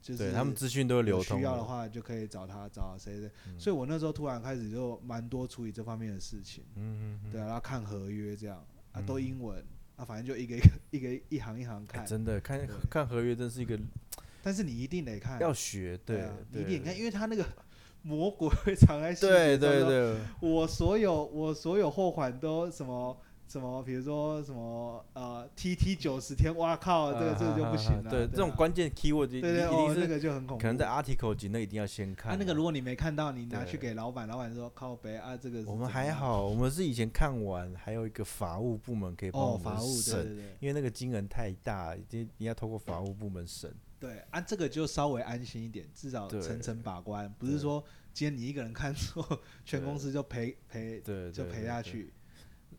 就是对他们资讯都会有流通需的。嗯要的话，就可以找他找谁谁。所以我那时候突然开始就蛮多处理这方面的事情，嗯，嗯嗯，对啊，然后看合约这样啊，嗯都英文啊，反正就一个一个一个一行一行哎看，真的看对看合约，真是一个但是你一定得看，要学，对啊，，你对一定得看，因为他那个 魔鬼会藏在细对节中对说对，我所有我所有货款都什么。什么，比如说什么，呃，T T 九十天，哇靠，哦这个这个就不行了。 对，这种啊关键 keyword 一对对哦，定那是个就很恐怖。可能在 article 级那一定要先看啊啊。，那个如果你没看到，你拿去对给老板，老板说靠北啊，这个是我们怎么还样好，我们是以前看完，还有一个法务部门可以帮哦，我法们务对审，对对因为那个金额太大，一定你要透过法务部门审。对啊，这个就稍微安心一点，至少对层层把关，不是说今天你一个人看错，全公司就赔赔对，就对赔下。去。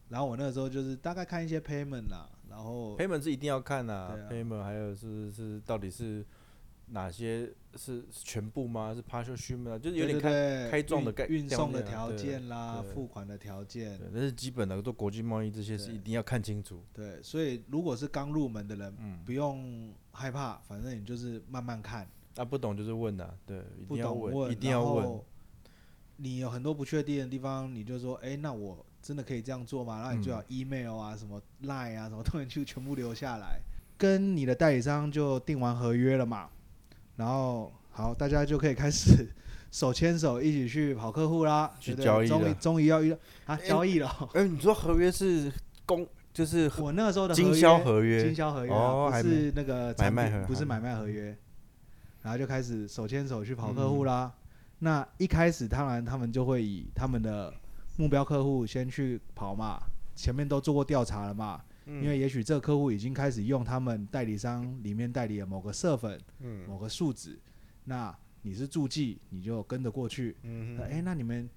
然后我那时候就是大概看一些 payment 啦，然后赔本是一定要看呐、对啊赔本还有是是到底是哪些是是全部吗？是 partial shipment 啊，就是有点看对对对开撞的运概运送的概念啊条对件啦，对付款的条件，对，但是基本的做国际贸易这些是对一定要看清楚。对，所以如果是刚入门的人，嗯不用害怕，反正你就是慢慢看，那、啊不懂就是问呐、对，一不定要懂问，一定然要问后。你有很多不确定的地方，你就说，哎、那我真的可以这样做吗？那你嗯最好 email 啊、什么 line 啊、什么东西就全部留下来，跟你的代理商就订完合约了嘛，然后好，大家就可以开始 手牵手一起去跑客户啦，去对不对交易终于了终于要遇到啊诶交易了 哦。哎、你说合约是公就是我那个时候的合约经销合经约，销合约、啊哦不还是那个产买卖品合不是还没买卖合约，然后就开始手牵手去跑客户啦。嗯那一开始当然他们就会以他们的目标客户先去跑嘛，前面都做过调查了嘛，嗯因为也许这个客户已经开始用他们代理商里面代理的某个色粉、某个数值，那你是助记，你就跟着过去。嗯那哎、那你们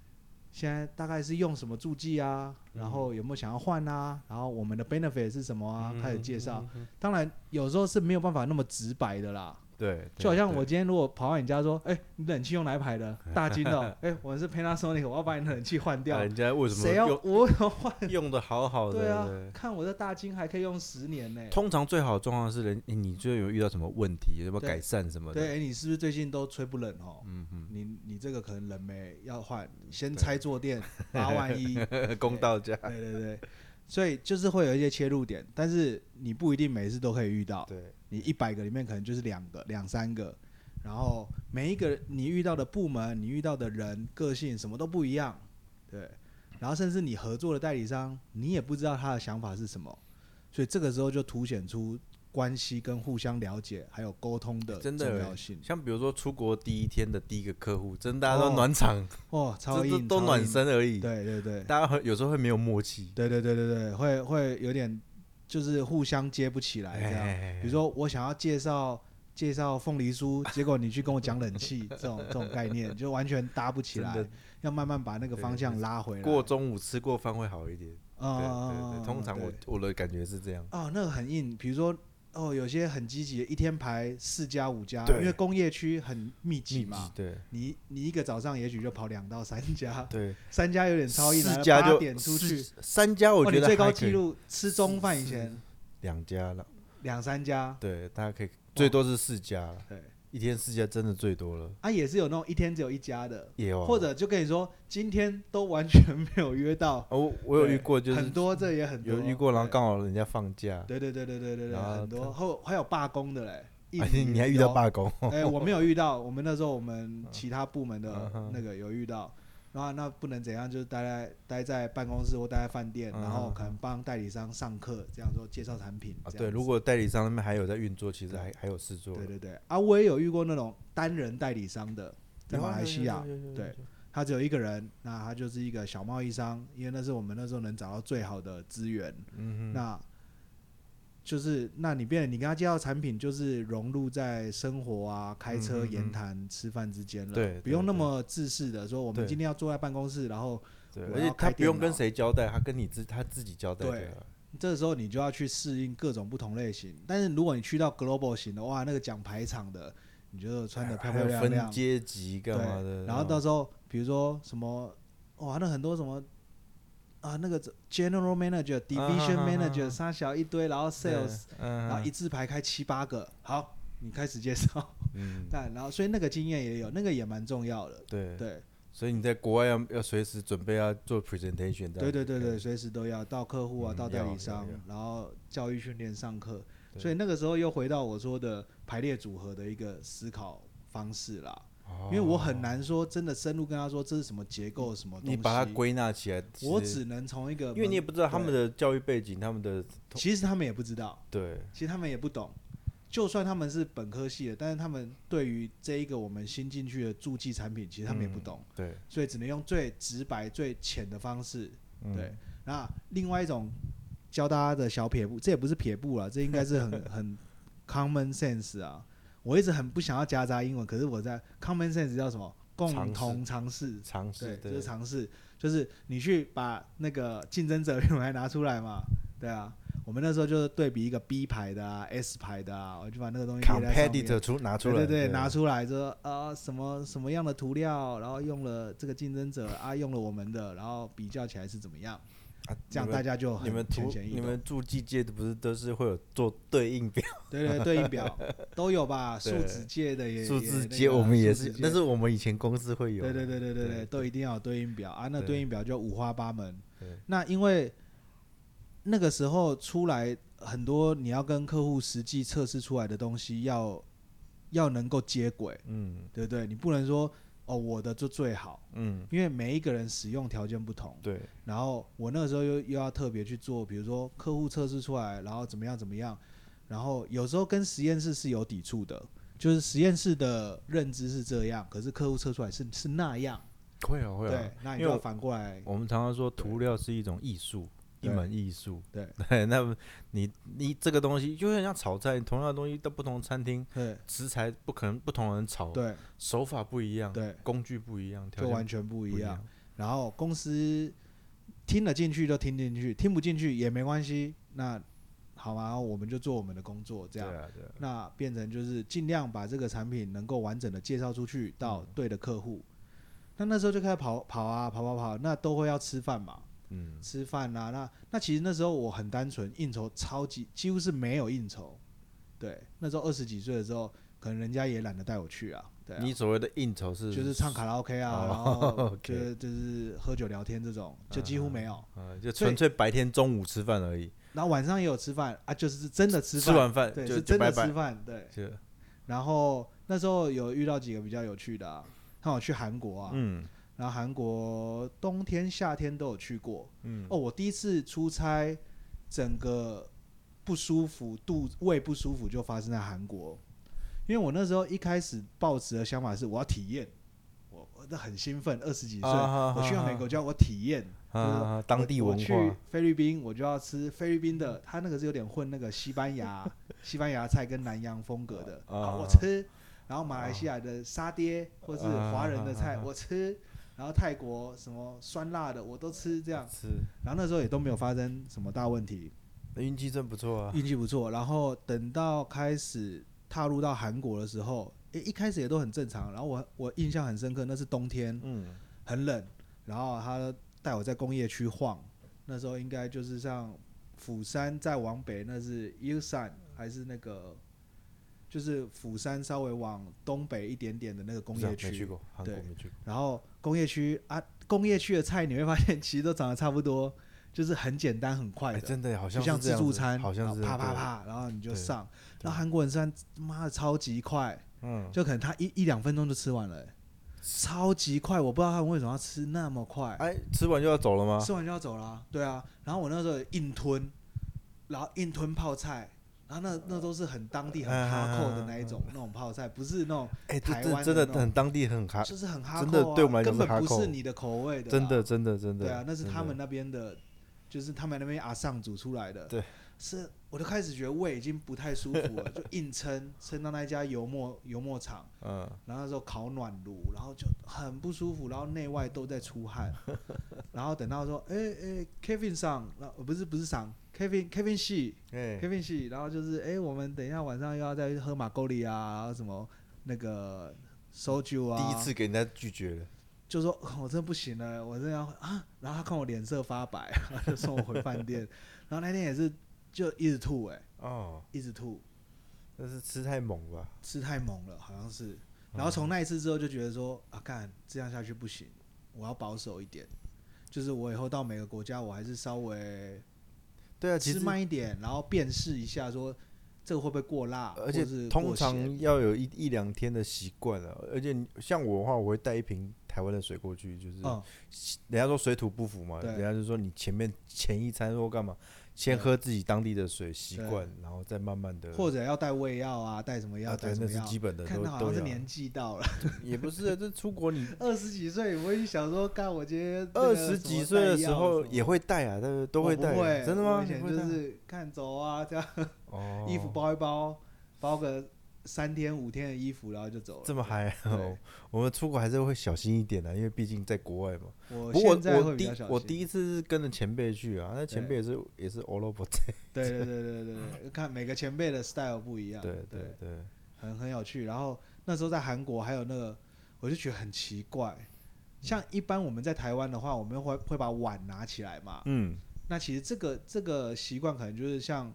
现在大概是用什么助记啊？然嗯后有没有想要换啊？然后我们的 benefit 是什么啊？开始介嗯绍。当然，有时候是没有办法那么直白的啦。对，就好像对我今天如果跑到你家说，哎、你冷气用哪一排 的？大金的哦、哎、我们是 Panasonic，我要把你的冷气换掉啊。人家为什么哦谁要用我要换？用的好好的？对啊，看我这大金还可以用十年呢、通常最好的状况是人，你就有遇到什么问题，有没有对改善什么对，的？哎、你是不是最近都吹不冷哦？嗯嗯你你这个可能冷没要换，先拆坐垫八万 一，哼，公道价。对对对，所以就是会有一些切入点，但是你不一定每次都可以遇到，对，你一百个里面可能就是两个、两三个，然后每一个你遇到的部门、你遇到的人、个性什么都不一样，对，然后甚至你合作的代理商，你也不知道他的想法是什么，所以这个时候就凸显出关系跟互相了解还有沟通的真重的欸要性。像比如说出国第一天的第一个客户，真的大家都哦暖场， 哦，超这这硬，都超暖硬，身而已。对对对，大家会有时候会没有默契，对对对对对，会会有点就是互相接不起来这哎样。比如说说我想要介绍介绍凤梨酥，结果你去跟我讲冷气，这种这种概念就完全搭不起真来的，要慢慢把那个方向拉回来。过中午吃过饭会好一点。嗯，对嗯对对，通常我我的感觉是这样。哦那个很硬，比如说。哦，有些很积极的，一天排四家五家，对因为工业区很密集嘛。对你你一个早上也许就跑两到三家，对，三家有点超硬，啊四八家就点出去。四三家，我哦觉你得最还高可纪以录吃中饭以前两家了，两三家，对，大家可以哦最多是四家了，对，一天四家真的最多了，啊也是有那种一天只有一家的，也有啊或者就跟你说今天都完全没有约到，啊我 我有遇过，就很是多，这也很多有遇过，然后对刚好人家放假，对对对对对对对，然后很多他后还有罢工的嘞，印而尼且 你还遇有到？罢工，哎，我没有遇到，我们那时候我们其他部门的嗯哼那个有遇到。然后那不能怎样，就是待在待在办公室或待在饭店，嗯然后哼可能帮代理商上课，这样说介绍产品。啊这样对，子如果代理商那边还有在运作，其实对还还有事做，对对对啊，我也有遇过那种单人代理商的，在有啊马来西亚，，有有有有有对他只有一个人，那他就是一个小贸易商，因为那是我们那时候能找到最好的资源。嗯哼，那就是，那你变得你跟他介绍产品，就是融入在生活啊、开车、嗯嗯嗯言谈、吃饭之间了，对对不用那么自私的说，我们对今天要坐在办公室，然后对，我而且要他开不用电跟脑谁交代，他跟你自他自己交代对就好了，这时候你就要去适应各种不同类型。但是如果你去到 global 型的，哇，那个讲排场的，你就穿的漂漂哎还有亮分亮，阶级干嘛的，对，然后到时候比如说什么，哇，那很多什么啊，那个 general manager、division 啊啊啊啊 manager，三小一堆，然后对 sales，嗯然后一字排开七八个，好，你开始介绍， 嗯，但然后所以那个经验也有，那个也蛮重要的，对，对，所以你在国外要要随时准备要做 presentation，这样对对对子对，随时都要到客户啊，嗯到代要理要商要，然后教育训练上课，对所以那个时候又回到我说的排列组合的一个思考方式啦，哦因为我很难说真的深入跟他说这是什么结构什么东西，你把它归纳起来，其我实只能从一个门，因为你也不知道他对们的教育背景，他们的其实他们也不知道，对其实他们也不懂。就算他们是本科系的，但是他们对于这一个我们新进去的助剂产品，其实他们也不懂，对所以只能用最直白、最浅的方式。嗯对，那另外一种 教大家的小撇步，这也不是撇步了，这应该是很很 common sense 啊。我一直很不想要夹杂英文，可是我在 common sense 叫什么？尝共试同尝试，尝对，试就对是尝试，就是你去把那个竞争者 品牌拿出来嘛，对啊。我们那时候就是对比一个 B 牌的啊，S 牌的啊，我就把那个东西列在上面 competitor 出拿出来，对对对，拿出来说啊、呃什么什么样的涂料，然后用了这个竞争者啊，用了我们的，然后比较起来是怎么样，啊这样你大们家就你们很浅图显易你懂。们注记界的不是都是会有做对应表，对对对 应表都有吧，数对字界的也数也字那界个我们也数是字，界但是我们以前公司会有，对对对对对对对，对都一定要有对应表啊。那对对应表就五花八门对。那因为那个时候出来很多你要跟客户实际测试出来的东西要要能够接轨，嗯对不对？你不能说哦我的就最好，嗯，因为每一个人使用条件不同。对，然后我那个时候又又要特别去做，比如说客户测试出来，然后怎么样怎么样，然后有时候跟实验室是有抵触的，就是实验室的认知是这样，可是客户测出来是是那样，会啊会啊对，，那你因为就要我反过来，我们常常说涂料是一种艺术，一对门艺术。对 对，那么你你这个东西就很像炒菜，同样的东西到不同餐厅，对食材不可能不同人炒，对手法不一样，对，工具不一嗯样，条就件完全不不一一样。。然后公司听得进去就听进去，听不进去也没关系，那好嘛，我们就做我们的工作这对样。啊，对啊，那变成就是尽量把这个产品能够完整的介绍出去嗯到对的客户。那那时候就开始跑跑啊跑跑跑，那都会要吃饭嘛，嗯，吃饭啊。那那其实那时候我很单纯，应酬超级几乎是没有应酬。对，那时候二十几岁的时候，可能人家也懒得带我去啊。对啊你所谓的应酬是就是唱卡拉 OK 啊，哦然后 就 OK 嗯是就是喝酒聊天这种，就几乎没有。呃，就所以纯粹白天中午吃饭而已，然后晚上也有吃饭啊，就是真的吃吃饭，完饭对，就是就真的拜吃拜，饭，对。就然后那时候有遇到几个比较有趣的、啊，像我去韩国啊，嗯然后韩国冬天、夏天都有去过。嗯哦，我第一次出差，整个不舒服，肚胃不舒服就发生在韩国。因为我那时候一开始抱持的想法是我要体验，我我那很兴奋，二十几岁，啊啊啊我去到美国就要我体验，啊就是啊，当地我文我去化，菲律宾，我就要吃菲律宾的，它那个是有点混那个西班 牙西班牙菜跟南洋风格的，啊好我吃。然后马来西亚的沙爹或是华人的菜啊我吃，然后泰国什么酸辣的我都吃，这样。吃，然后那时候也都没有发生什么大问题，运气真不错啊，运气不错。然后等到开始踏入到韩国的时候，诶一开始也都很正常。然后我我印象很深刻，那是冬天，嗯很冷，然后他带我在工业区晃，那时候应该就是像釜山再往北，那是 U 山还是那个，就是釜山稍微往东北一点点的那个工不知道业啊没去区，过，韩国对没去过，然后工业区啊，工业区的菜你会发现其实都长得差不多，就是很简单很快哎，的。真的好就像像是这自样助子餐，好像是然后啪啪对啪，然后你就对上。对然后韩国人算妈的超级快，嗯，就可能他一一两分钟就吃完了、欸超级快，我不知道他们为什么要吃那么快，哎，吃完就要走了吗？吃完就要走了啊、对啊，然后我那时候硬吞，然后硬吞泡菜，然后那那都是很当地很啊哈扣的那一种、那种泡菜，不是那种哎，这台这湾真的的那很当地很哈，就是很哈扣、啊，真的对我们来讲根是本不 hardcore 是你的口味的，啊真的，真的真的，对啊，那是真他的们那边的，就是他们那边阿上煮出来的，对，是我就开始觉得胃已经不太舒服 了，就硬撑撑到那一家油墨油墨厂。嗯，然后那时候烤暖炉，然后就很不舒服，然后内外都在出 汗，然后等到说，哎、哎、k e v i n 上，然后不是不是上，Kevin Kevin 系哎， Kevin 系，然后就是哎、我们等一下晚上又要再喝马沟里啊，然后什么那个收酒啊，第一次给人家拒绝了，就说哦我真的不行了，我真的要啊，然后他看我脸色发白， 然后就送我回饭店，然后那天也是就一直吐哎、哦，一直吐，那是吃太猛吧？吃太猛了，好像是。嗯然后从那一次之后就觉得说啊，干这样下去不行，我要保守一点。就是我以后到每个国家，我还是稍微对啊，其吃实慢一点，然后辨识一下说这个会不会过辣，而且或是通过咸常要有一一两天的习惯了，而且你像我的话，我会带一瓶台湾的水过去，就是嗯人家说水土不服嘛，对人家就说你前面前一餐或干嘛，先对喝自己当地的水习惯，然后再慢慢的或者者要带胃药啊，带什么药，啊，带对，什那么是药。基本的看都到好都像是要，年纪到了， 也不是啊这出国你二十几岁，我一想说，干我今天那个二什么十几岁的带时药候什么也会带啊，但是都我会不带啊，会真的我以吗？你前不就会带啊是看走啊，这样哦，衣服包一包，包个三天五天的衣服，然后就走了。这么嗨对哦！我们出国还是会小心一点啊的、因为毕竟在国外嘛。我不过现在我会我比较第小心。我第一次是跟着前辈去啊，那前辈也是也是欧 罗伯在。对对对对对 对，看每个前辈的 style 不一样，对对对对，很很有趣。然后那时候在韩国还有那个，我就觉得很奇怪，嗯像一般我们在台湾的话，我们会会把碗拿起来嘛，嗯，那其实这个这个习惯可能就是像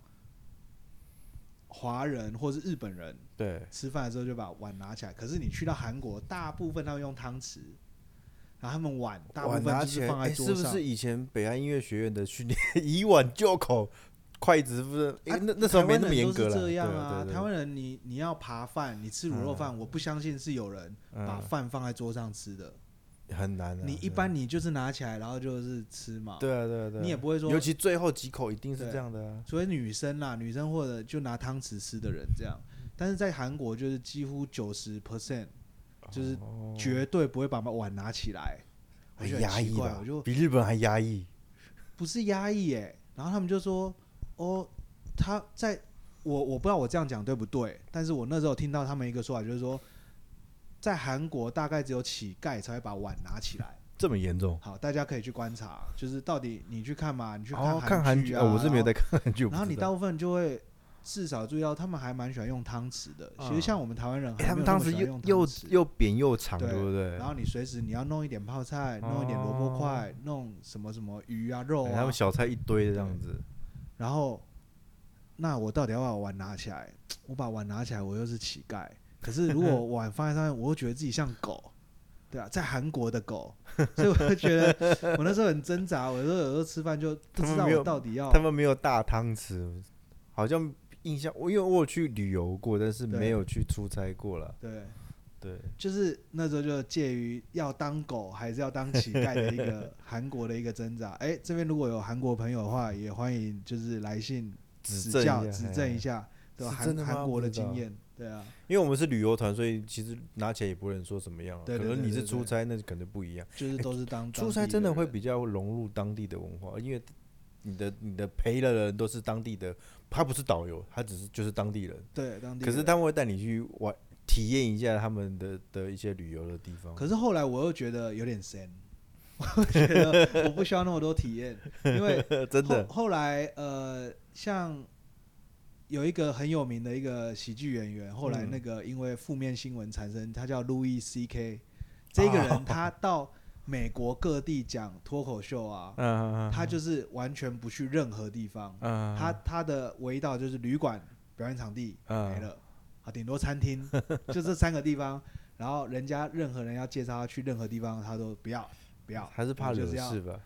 华人或是日本人对，吃饭的时候就把碗拿起来，可是你去到韩国，大部分他们用汤匙，然后他们碗大部碗分拿就起是来，放在哎桌是上，不是以前北安音乐学院的训练， 以碗就口，筷子不是？哎、啊那那时候没那么严格台湾人了。都是这样对啊，对嗯对台湾人你你要扒饭，你吃卤肉饭，我不相信是有人把饭放在桌上吃的。嗯、很难、啊。你一对般你就是拿起来，然后就是吃嘛。，对啊对啊对啊，你也不会说尤，其最后几口一定是对这样的啊。除非女生啦，女生或者就拿汤匙吃的人这样。但是在韩国就是几乎九十 percent 就是哦绝对不会把碗拿起来，我很就压很奇抑怪，啦我就比日本还压抑。不是压抑耶、然后他们就说，哦，他在我我不知道我这样讲对不对，但是我那时候听到他们一个说法，就是说，在韩国大概只有乞丐才会把碗拿起来。这么严重？好，大家可以去观察，就是到底你去看嘛，你去哦，看看韩剧剧啊、哦我是没然后有在看韩剧。我不然后你知道大部分就会至少注意到，他们还蛮喜欢用汤匙的。其实嗯像我们台湾人哎还没他有那们当么时喜欢又用汤又匙，又扁又长，对对不对？然后你随时你要弄一点泡菜，弄一点萝卜块，弄什么什么鱼啊肉哎啊，哦他们小菜一堆的这样子，然后，那我到底要把碗拿起来？我把碗拿起来，我又是乞丐。可是如 果碗放在上面，我又觉得自己像狗，对啊，在韩国的狗，所以我就觉 得我那时候很挣扎。我有时候有时候吃饭就不知他们道没有我到底要他们没有大汤匙，好像印象我因为我有去旅游过，但是对没有去出差过了。对，对，就是那时候就介于要当狗还是要当乞丐的一个韩国的一个挣扎。哎，这边如果有韩国朋友的话，也欢迎就是来信指正一教下指哎正一下，对吧是韩真的吗韩国的不知道经验，对啊。因为我们是旅游团，所以其实拿起来也不能说怎么样啊。对可对能对你是对出差，那可能不一样。就是都是当出差真的会比比较融入当地的文化，因为你的你的陪的人都是当地的，他不是导游，他只是就是当地人。对当地可人。是他们会带你去玩，体验一下他们的的一些旅游的地方。可是后来我又觉得有点深， 我觉得我不需要那么多体 验，因为真的后，后来呃，像有一个很有名的一个喜剧演员，后来嗯那个因为负面新闻产生，他叫 Louis C K，这个人他到美国各地讲脱口秀啊，嗯，他就是完全不去任何地方，嗯他他的唯一道就是旅馆、表演场地嗯没了，啊，顶多餐 厅，就这三个地方。然后人家任何人要介绍他去任何地方，他都不要，不要，嗯还是怕我就惹是要事吧？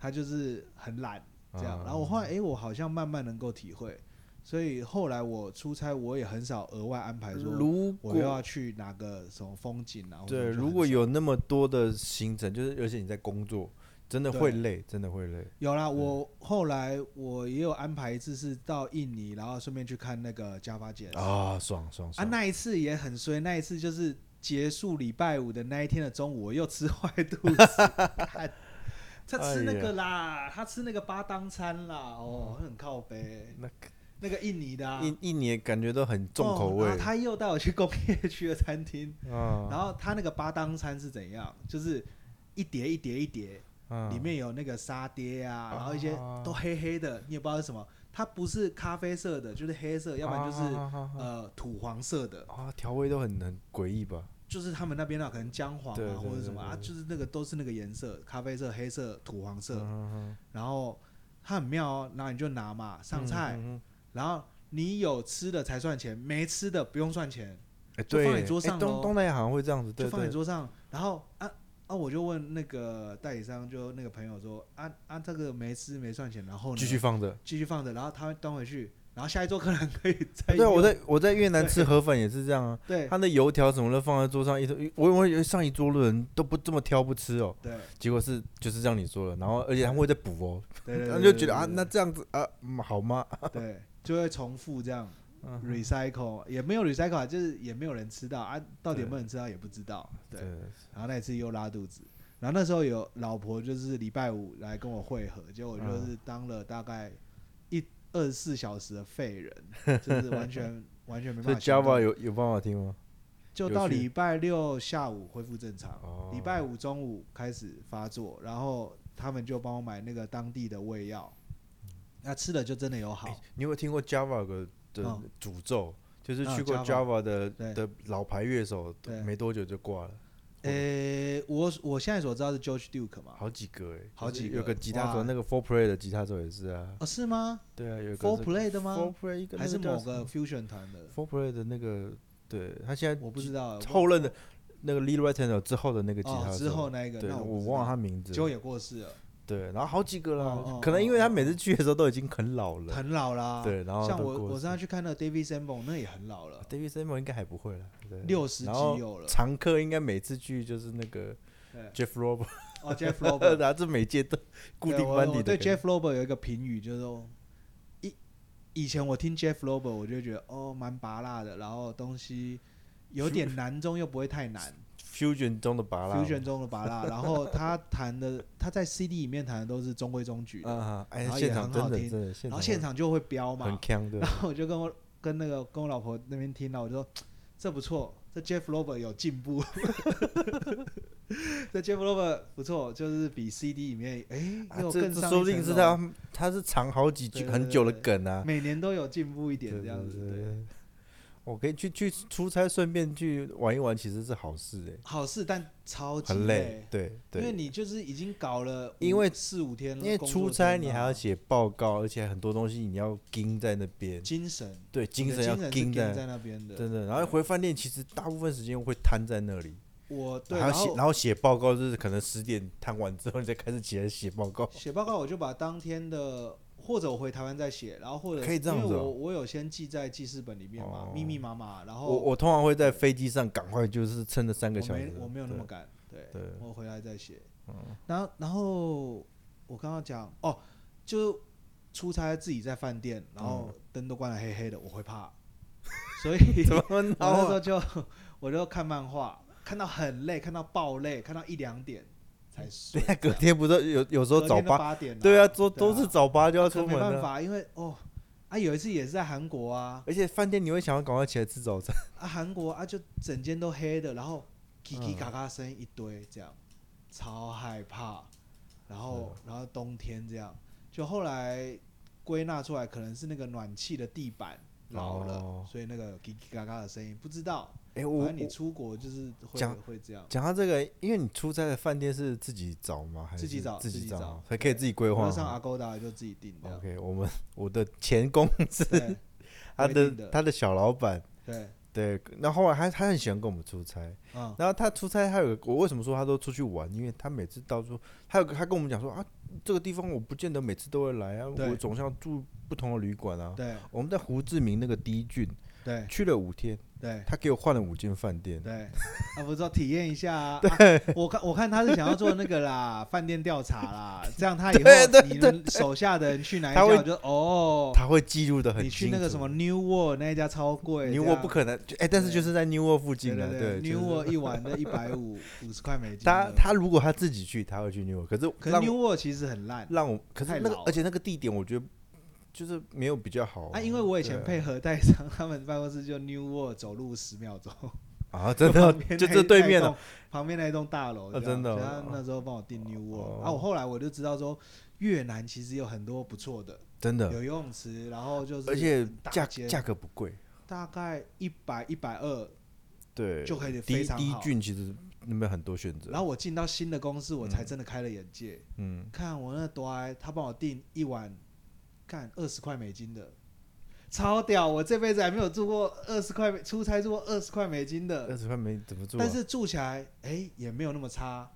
他就是很懒这样。嗯然后我后来，哎，我好像慢慢能够体会，所以后来我出差，我也很少额外安排说如我又果要去哪个什么风景啊。或者对，就很如果少有那么多的行程，就是而且你在工作，真的会对累，真的会累。有啦，我后来我也有安排一次是到印尼，然后顺便去看那个加法解啊，爽爽啊，爽！那一次也很衰，那一次就是结束礼拜五的那一天的中午，我又吃坏肚 子。看他吃那个哎啦，他吃那个巴当餐啦，哦，很靠背，那那个印尼的、啊，一一年感觉都很重口哦味嗯然后他又带我去工业区的餐厅，然啊，后他那个巴当餐是怎样？就是一碟一碟一碟，嗯里面有那个沙爹啊，然后一些啊都黑黑的，你也不知道是什么。它不是咖啡色的，就是黑色，要不然就是、啊啊啊呃土黄色的。啊，调味都很很诡异吧？就是他们那边啊，可能姜黄对啊对或者什么对啊，对就是那个都是那个颜色，咖啡色、黑色、土黄色，嗯然后它很妙哦，然后你就拿嘛上菜，，嗯嗯嗯然后你有吃的才算钱，没吃的不用算钱，哎，就对放你耶桌哎上东咯东南亚好像会这样子，对就放你对，桌上。然后啊啊，我就问那个代理商，就那个朋友说啊啊，这个没吃没算钱，然后呢继续放着。继续放着，然后他会端回去，然后下一桌客人可以再对啊，用我在我在越南吃河粉也是这样啊，对他的油条什么的放在桌上一头，我我以为上一桌的人都不这么挑不吃哦，对结果是就是这样你说的，然后而且他们会再补哦，对对，然后对就觉得对啊，对那这样子啊，嗯好吗？ 对，就会重复这样嗯 recycle，也没有 recycle，啊就是也没有人吃到啊，到底有没对有人吃到也不知道。对，对，然后那一次又拉肚子，然后那时候有老婆就是礼拜五来跟我会合，结果我就嗯 是当了大概一二十四小时的废人，就是完全完全没办所以法行动。 Java 有有办法听吗？就有到趣礼拜六下午恢复正常，哦礼拜五中午开始发作，然后他们就帮我买那个当地的胃药，那吃了就真的有好。你有没有听过 Java 有个的嗯诅咒？就是嗯去过 Java Java 的对的老牌乐手对，没多久就挂了，呃、我我现在所知道是 George Duke 嘛？好几个哎，好几个有个吉他手，哇那个 Four Play 的吉他手也是啊，哦，是吗对啊，有一个？Four Play 的吗？ Four Play 一个还是那叫某什个么 Fusion 团的？ Four Play 的那个，对他现我不知在道。啊我后任的那个 Lee r i t e n 之后的那个吉他哦，手，之后那一个，对，那我不知忘了道。他名字， Joe 也过世了，对，然后好几个哦哦啦哦，可能因为他每次去的时候都已经很老了，很老啦。对，然后像都我过我世上次去看那个 David Sanborn，那也很老了， David s a m o n 应该还不会了，对六十然几后 有了。常客应该每次去就是那个对， Jeff Rober，哦，Jeff Lober，然后这每届都固对定我班我底的对感觉。 Jeff Lober 有一个评语，就是说，以以前我听 Jeff Lober，我就觉得哦，蛮拔辣的，然后东西有点难中又不会太难 Fusion 中的拔拉，fusion 中的拔 辣。然后他弹的，他在 CD 里面弹的都是中规中矩的，啊，哎然，后也现场很真好的听真的，现然后场现场就会飙嘛，很强的然，后我就跟我跟那个跟我老婆那边听了，我就说这不错，这 Jeff Lober 有进步， 这 Jeff Lober 不错，就是比 CD 里面哎、啊又这更这上说一不定层是楼他他是藏好几句对对很对久的对梗啊，每年都有进步一点对这样对子。对对对我可以去去出差，顺便去玩一玩，其实是好事好事，但超哎，级很累，对欸因为对，你就是已经搞了五，因为四五天了，因为工出作差天你了还要写报告，而且很多东西你要盯在那边，精神，对，精神你的要精神是盯在在，那边的。真的。然后回饭店，其实大部分时间会瘫在那里，我对，还要然写，后然后写报告，就是可能十点瘫完之后，你再开始起来写报告。写报告，我就把当天的，或者我回台湾再写，然后或者可以这样因子为哦我我有先记在记事本里面嘛，哦密密麻麻，然后我我通常会在飞机上赶快，就是撑了三个我小没时。我没有那么对赶，对，对嗯我回来再写。然后然后我刚刚讲哦，就出差自己在饭店，然后灯都关得黑黑的，我会 怕，所以嗯怎么那么啊我那时候就我就看漫画，看到很累，看到爆累，看到一两点才睡 对呀，。这隔样天不是有有时隔候天早都八，八点了，对啊，都对啊都是早八就要可出没门办了。法，因为哦啊，有一次也是在韩国啊而且饭店你会想要赶快起来吃 早餐，啊韩国啊，就整间都黑的，然后叽叽嗯嘎嘎声一堆，这样超害怕。然后然后冬天这样，就后来归纳出来，可能是那个暖气的地板老了，哦所以那个叽叽嘎嘎的声音不知道。哎、反我啊正你我出国就是会讲会这样。讲到这个，因为你出差的饭店是自己找吗？还是自己找自自己找找，还可以自己规我划就上吗。 Agoda 就自己订这样。 OK，我们我的前公 司，对他规的定的他的小老板，对，对，那后来他他很喜欢跟我们出差，嗯，然后他出差，他有个我为什么说他都出去玩？因为他每次到处，他有个他跟我们讲说啊，这个地方我不见得每次都会来啊，对我总是要住不同的旅馆啊。对我们在胡志明那个第一郡对去了五天，对。他给我换了五间饭店。对， 啊，不知道体验一下 啊。啊我看我看他是想要做那个啦， 饭店调查 啦，这样他以后对对你们手下的人去哪一家，他会我就哦，他会记录的很你去清楚。那个什么 New World 那一家超贵牛这沃样不可能，就哎、但是对就是在牛沃附近对啊，对就是，New World 一晚 的一百五五十块美金他的，他如果他自己去，他会去牛沃，可是可是让 New World 其实很烂让我，可是太那个老了而且那个地点，我觉得就是没有比较好啊，因为我以对前啊配合带上他们办公室就 New World 走路十秒钟，啊，真的旁边那就一这对面那一了栋，旁边那一栋大楼这啊样，真的哦所以他那时候帮我订 New World，哦啊，我后来我就知道说越南其实有很多不错的。真的，有游泳池，然后就是嗯而且很大价间价格不贵，大概一百一百二，对，就可以第非一常第一好郡其实那边很多选择，然后我进到新的公司，我才真的开了眼界。嗯，看我那多埃，他帮我订一碗，干二十块美金的，超屌！我这辈子还没有住过二十块美，出差住过二十块美金二的，十块没怎么住啊，但是住起来哎、也没有那么差，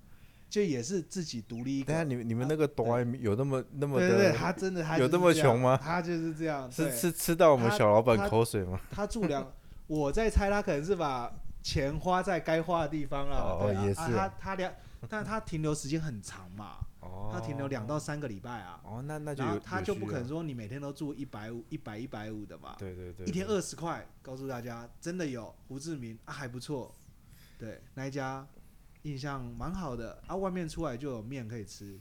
就也是自己独立一等一下个。你们你们那个短有那么那么对对对，的他真的他有就是这么样穷吗他就是这样，是对是吃到我们他小老板他口水吗？他住 两，我在猜他可能是把钱花在该花的地方了。哦对啊也啊是他他两，但他停留时间很长嘛，哦，他停留两到三个礼拜啊。哦，那那就然后有他有就需不可要能说你每天都住一百五、一百、一百五的嘛。对对对，一天对二十块，告诉大家真的有胡志明啊，还不错。对，那一家印象蛮好的啊，外面出来就有面可以吃，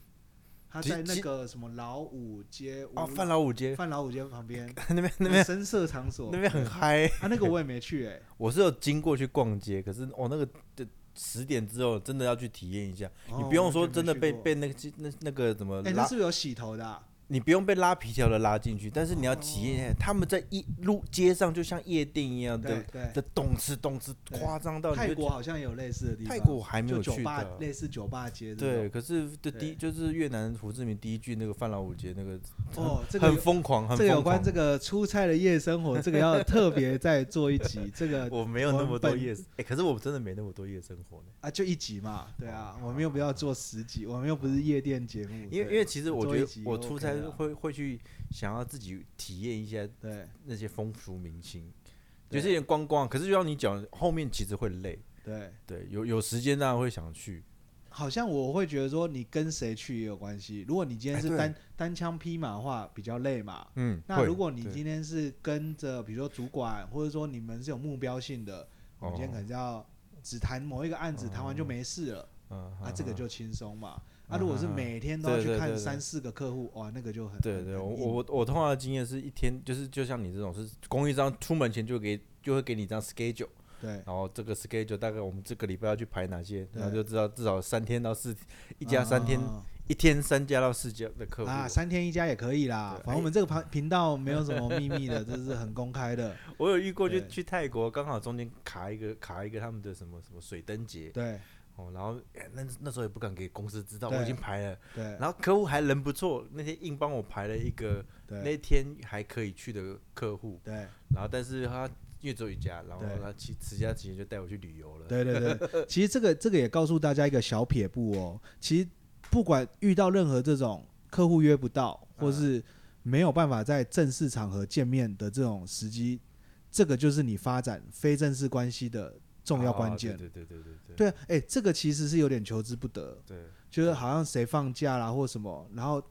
他其在那其个什么老五街哦，五范老五街范老五街旁边 那边那边深色场所那边很嗨、啊，那个我也没去哎、我是有经过去逛街，可是哦，那个的十点之后真的要去体验一下。 你哦不用我说完全真的没被去过被那个那那个怎么哎、那拉，是不是有洗头的、啊？你不用被拉皮条的拉进去，但是你要体验一下，他们在一路街上就像夜店一样哦对的对，的动次动次，对夸张到你泰就觉国得好像也有类似的地方，泰国我还没就有酒去吧到。类似酒吧街这种。对，可是的对第就是越南胡志明第一句那个范老五节那个哦，这个很有疯狂，很这个有疯关狂这。个出差的夜生 活，这个要特别再做一集。这个我没有那我么们多本夜，哎，可是我真的没那么多夜生活呢。啊，就一集嘛，对啊，我们又不要做十集，我们又不是夜店节目。哦因为因对为其实我做一觉得集我 OK 出差啦会会去想要自己体验一下对那些风俗民情，对就是有点观光，啊可是就像你讲，后面其实会累，对，对，有有时间当然会想去，好像我会觉得说你跟谁去也有关系。如果你今天哎是对单单枪匹马的话，比较累嘛。嗯，那会如果你对今天是跟着，比如说主管，或者说你们是有目标性的，我们今天哦可能是要只谈某一个案子，谈完就没事了，嗯啊，这个嗯就轻松嘛。啊，如果是嗯嗯嗯每天都要对去对看对对三四个客户，哇，那个就很对很对，很我硬我我通常的经验是一天就是就像你这种是公益章出门前就给就会给你一张 schedule，对然后这个 schedule 大概我们这个礼拜要去排哪些，然后对就知道至少三天到四一家三天、啊一天三家到四家的客户，啊，三天一家也可以啦。对反正我们这个频频道没有什么秘密 的，这是很公开的。我有遇过去对去泰国，刚好中间卡一个卡一个他们的什么什么水灯节对哦，然后、哎那那时候也不敢给公司知道，对我已经排了，对然后客户还人不错，那天硬帮我排了一个对那天还可以去的客户，对然后但是他因为只有一家，然后对他其其他几天就带我去旅游了，对对对，其实这个这个也告诉大家一个小撇步哦，其实不管遇到任何这种客户约不到，嗯或是没有办法在正式场合见面的这种时机，这个就是你发展非正式关系的重要关键哦。对对对对对对对啊，哎，这个其实是有点求之不得，对就是好像谁放假啦或什么，然后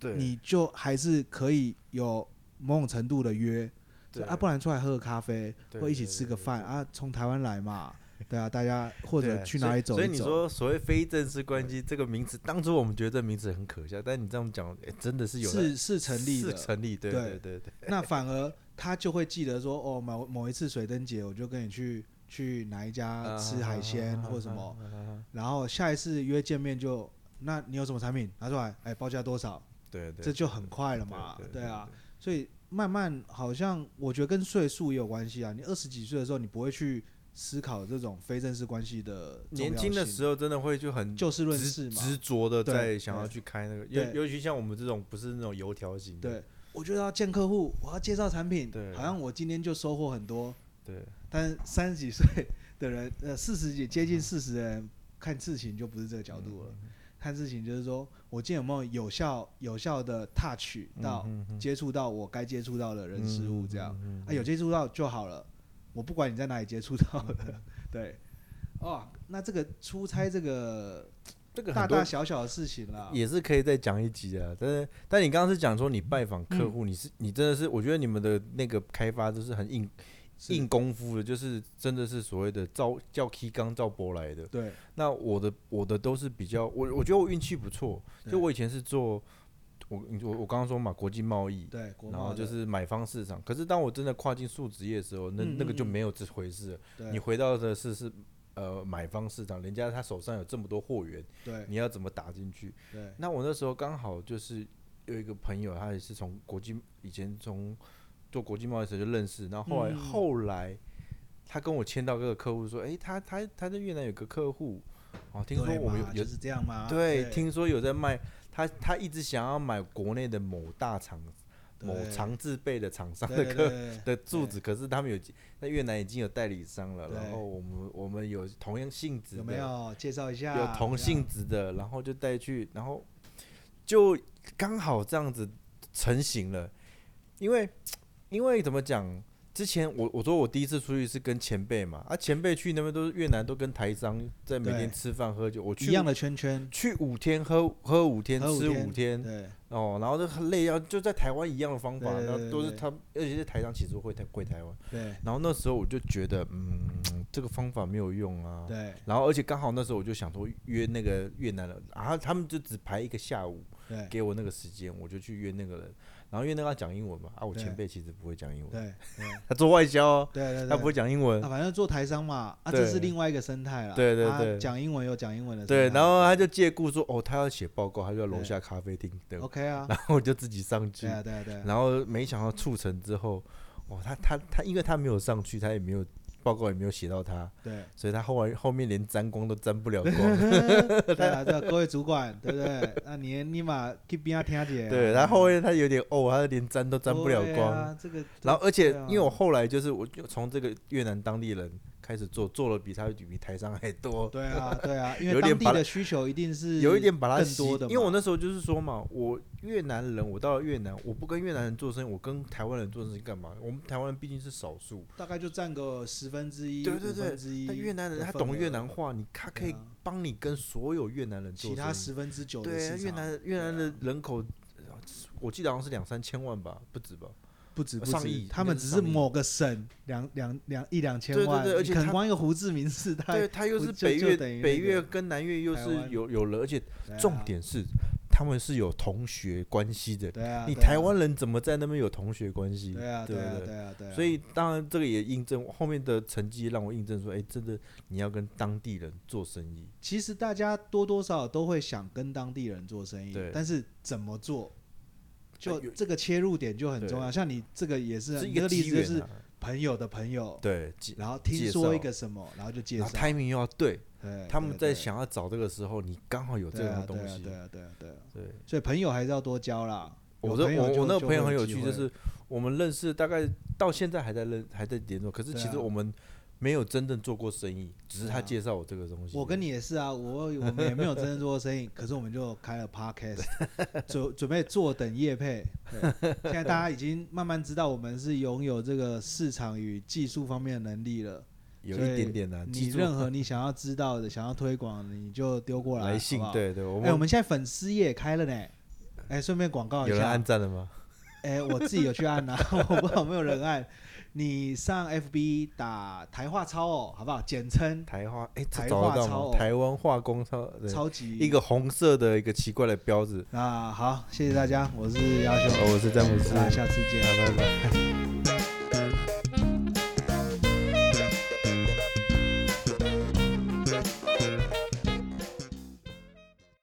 对，你就还是可以有某种程度的约，对啊，不然出来喝个咖啡，对或一对起对吃个对饭啊，从台湾来 嘛，对啊，大家或者对去哪里走所以一所以你走，说所谓非正式关系这个名词，当初我们觉得这名词很可笑，但你这样讲，哎，真的是有是是成立是的。成立，对对对对对。那反而他就会记得说，哦，某某一次水灯节，我就跟你去去哪一啊嗯家啊吃海鲜或什么，么，然后下一次约见面就，那你有什么产品拿出来？哎，报价多少？对对，这就很快了嘛对，对对对啊。所以慢慢好像我觉得跟岁数也有关系啊。你二十几岁的时候，你不会去思考这种非正式关系的重要年轻的性时候真的会就很就事论事执嘛。执着的对在想要对去开那个，对尤尤其像我们这种不是那种油条型的，对，我觉得要见客户，我要介绍产品，对好像我今天就收获很多。对但是三十几岁的人，呃，四十几嗯接近四十的人看事情就不是这个角度了。看事情就是说我今天有没有有效有效的 touch 到、嗯嗯嗯接触到我该接触到的人事物这样。嗯嗯嗯啊，有接触到就好了，我不管你在哪里接触到嗯的， 对。哦，那这个出差这个这个大很多大小小的事情啦，也是可以再讲一集啊。但是，但你刚刚是讲说你拜访客嗯户，你是你真的是，我觉得你们的那个开发就是很硬是硬功夫的，就是真的是所谓的照叫 K 刚照波来的。对那我的我的都是比较，我我觉得我运气不错，对就我以前是做我我我刚刚说嘛，国际贸易，对，国然贸后就的是买方市场。可是当我真的跨进数职业的时候，那嗯那个就嗯嗯没有这回事了。对你回到的是是呃买方市场，人家他手上有这么多货源，对你要怎么打进去？对那我那时候刚好就是有一个朋友，他也是从国际以前从做国际贸易的时候就认识，然后后来、嗯后来他跟我签到这个客户说，诶，他他他在越南有个客户，哦，听说对我们嘛有有就是这样吗？对，听说有在卖，他他一直想要买国内的某大厂对某长制备的厂商对的对客对 的柱子，可是他们有在越南已经有代理商了，对然后我们我们有同样性质有的，没有啊介绍一下？有同性质的，然后就带去，然后就刚好这样子成型了。因为因为怎么讲，之前我我说我第一次出去是跟前辈嘛，啊前辈去那边都是越南，都跟台商在每对天吃饭喝酒，我一去样五的圈圈，去五天喝喝五天喝五吃天五天，对哦，然后就很累啊，就在台湾一样的方法，对对然后对都是对他，而且是台商起诉会台回台湾，对然后那时候我就觉得，嗯，这个方法没有用啊。对然后而且刚好那时候我就想说约那个越南人，啊，他们就只排一个下午对给我那个时间，我就去约那个人，然后因为那个要讲英文嘛，啊，我对前辈其实不会讲英文，对对他做外交哦，对对，他不会讲英文啊，，反正做台商嘛，啊，对这是另外一个生态了。对对啊对讲英文有讲英文的生态。对，然后他就借故说，哦，他要写报告，他就在楼下咖啡厅等， OK 啊， 然后我就自己上去对，啊对啊对啊，然后没想到促成之后，哇，他他他，因为他没有上去，他也没有报告也没有写到他，对所以他后来后面连沾光都沾不了 光，对啊对啊，各位主管，对不对？那你你嘛去边啊听解。对，然他后面他有点哦，他连沾都沾不了光。啊，这个然后，而且对啊因为我后来就是，我就从这个越南当地人开始做，做了比他比台商还多，对 啊对啊，因有为点当地把的需求一定是有一点把他更洗多的嘛，因为我那时候就是说嘛，我越南人，我到了越南，我不跟越南人做生意，我跟台湾人做生意干嘛？我们台湾人毕竟是少数，大概就占个十分之一，对对5分之一。但越南人的他份懂额越南话，你他可对以啊帮你跟所有越南人做其他生十分之九意的对啊市越场啊南越南的人口，呃我记得好像是两三千万吧，不止吧？不止不上止亿，他应该们是只是上亿某个省两两两一两千对对万，对而你且可能他光一个胡志明世代对，他又不是就北就越等于北那个越跟南越又台是湾有有了，而且对啊重点是他们是有同学关系的。对啊，你对啊台湾人怎么在那边有同学关系？对啊对对啊不对对啊对啊，所以当然这个也印证后面的成绩，让我印证说，哎、真的你要跟当地人做生意，其实大家多多少少都会想跟当地人做生意对，哎但是怎么做，就有这个切入点就很重要。对像你这个也是啊，是一你这个个例机子缘、就啊。是朋友的朋友，对，机然后听介说一绍个什么，然后就介然绍后。timing 又要对，对，他们对在想要找这个时候，你刚好有这对啊种东对啊西。对啊对啊对啊，对，所以朋友还是要多交啦。我有这朋友我就我那个就朋友会很有机趣，会就是我们认识大概到现在还在认还在联络，可是对其实啊我们没有真正做过生意，只是对他啊介绍我这个东西。我跟你也是啊，我我们也没有真正做过 生意，可是我们就开了 podcast，准准备坐等业配。对现在大家已经慢慢知道我们是拥有这个市场与技术方面的能力了。有所一以点点的，你记住任何你想要知道的、想要推广的，你就丢过来来信啊好不好，对对，我哎，我们们现在粉丝页也开了呢。哎，顺便广告有一人下按，赞了吗？哎，我自己有去 按呐、啊，我不知道有没有人按。你上 FB 打台话超哦，好不好？简称台化哎，这台找化得到超吗？偶台湾化工超对超级一个红色的一个奇怪的标志。哦那好，谢谢大家，我是阿修，我是詹姆斯，那拜下次见。拜拜。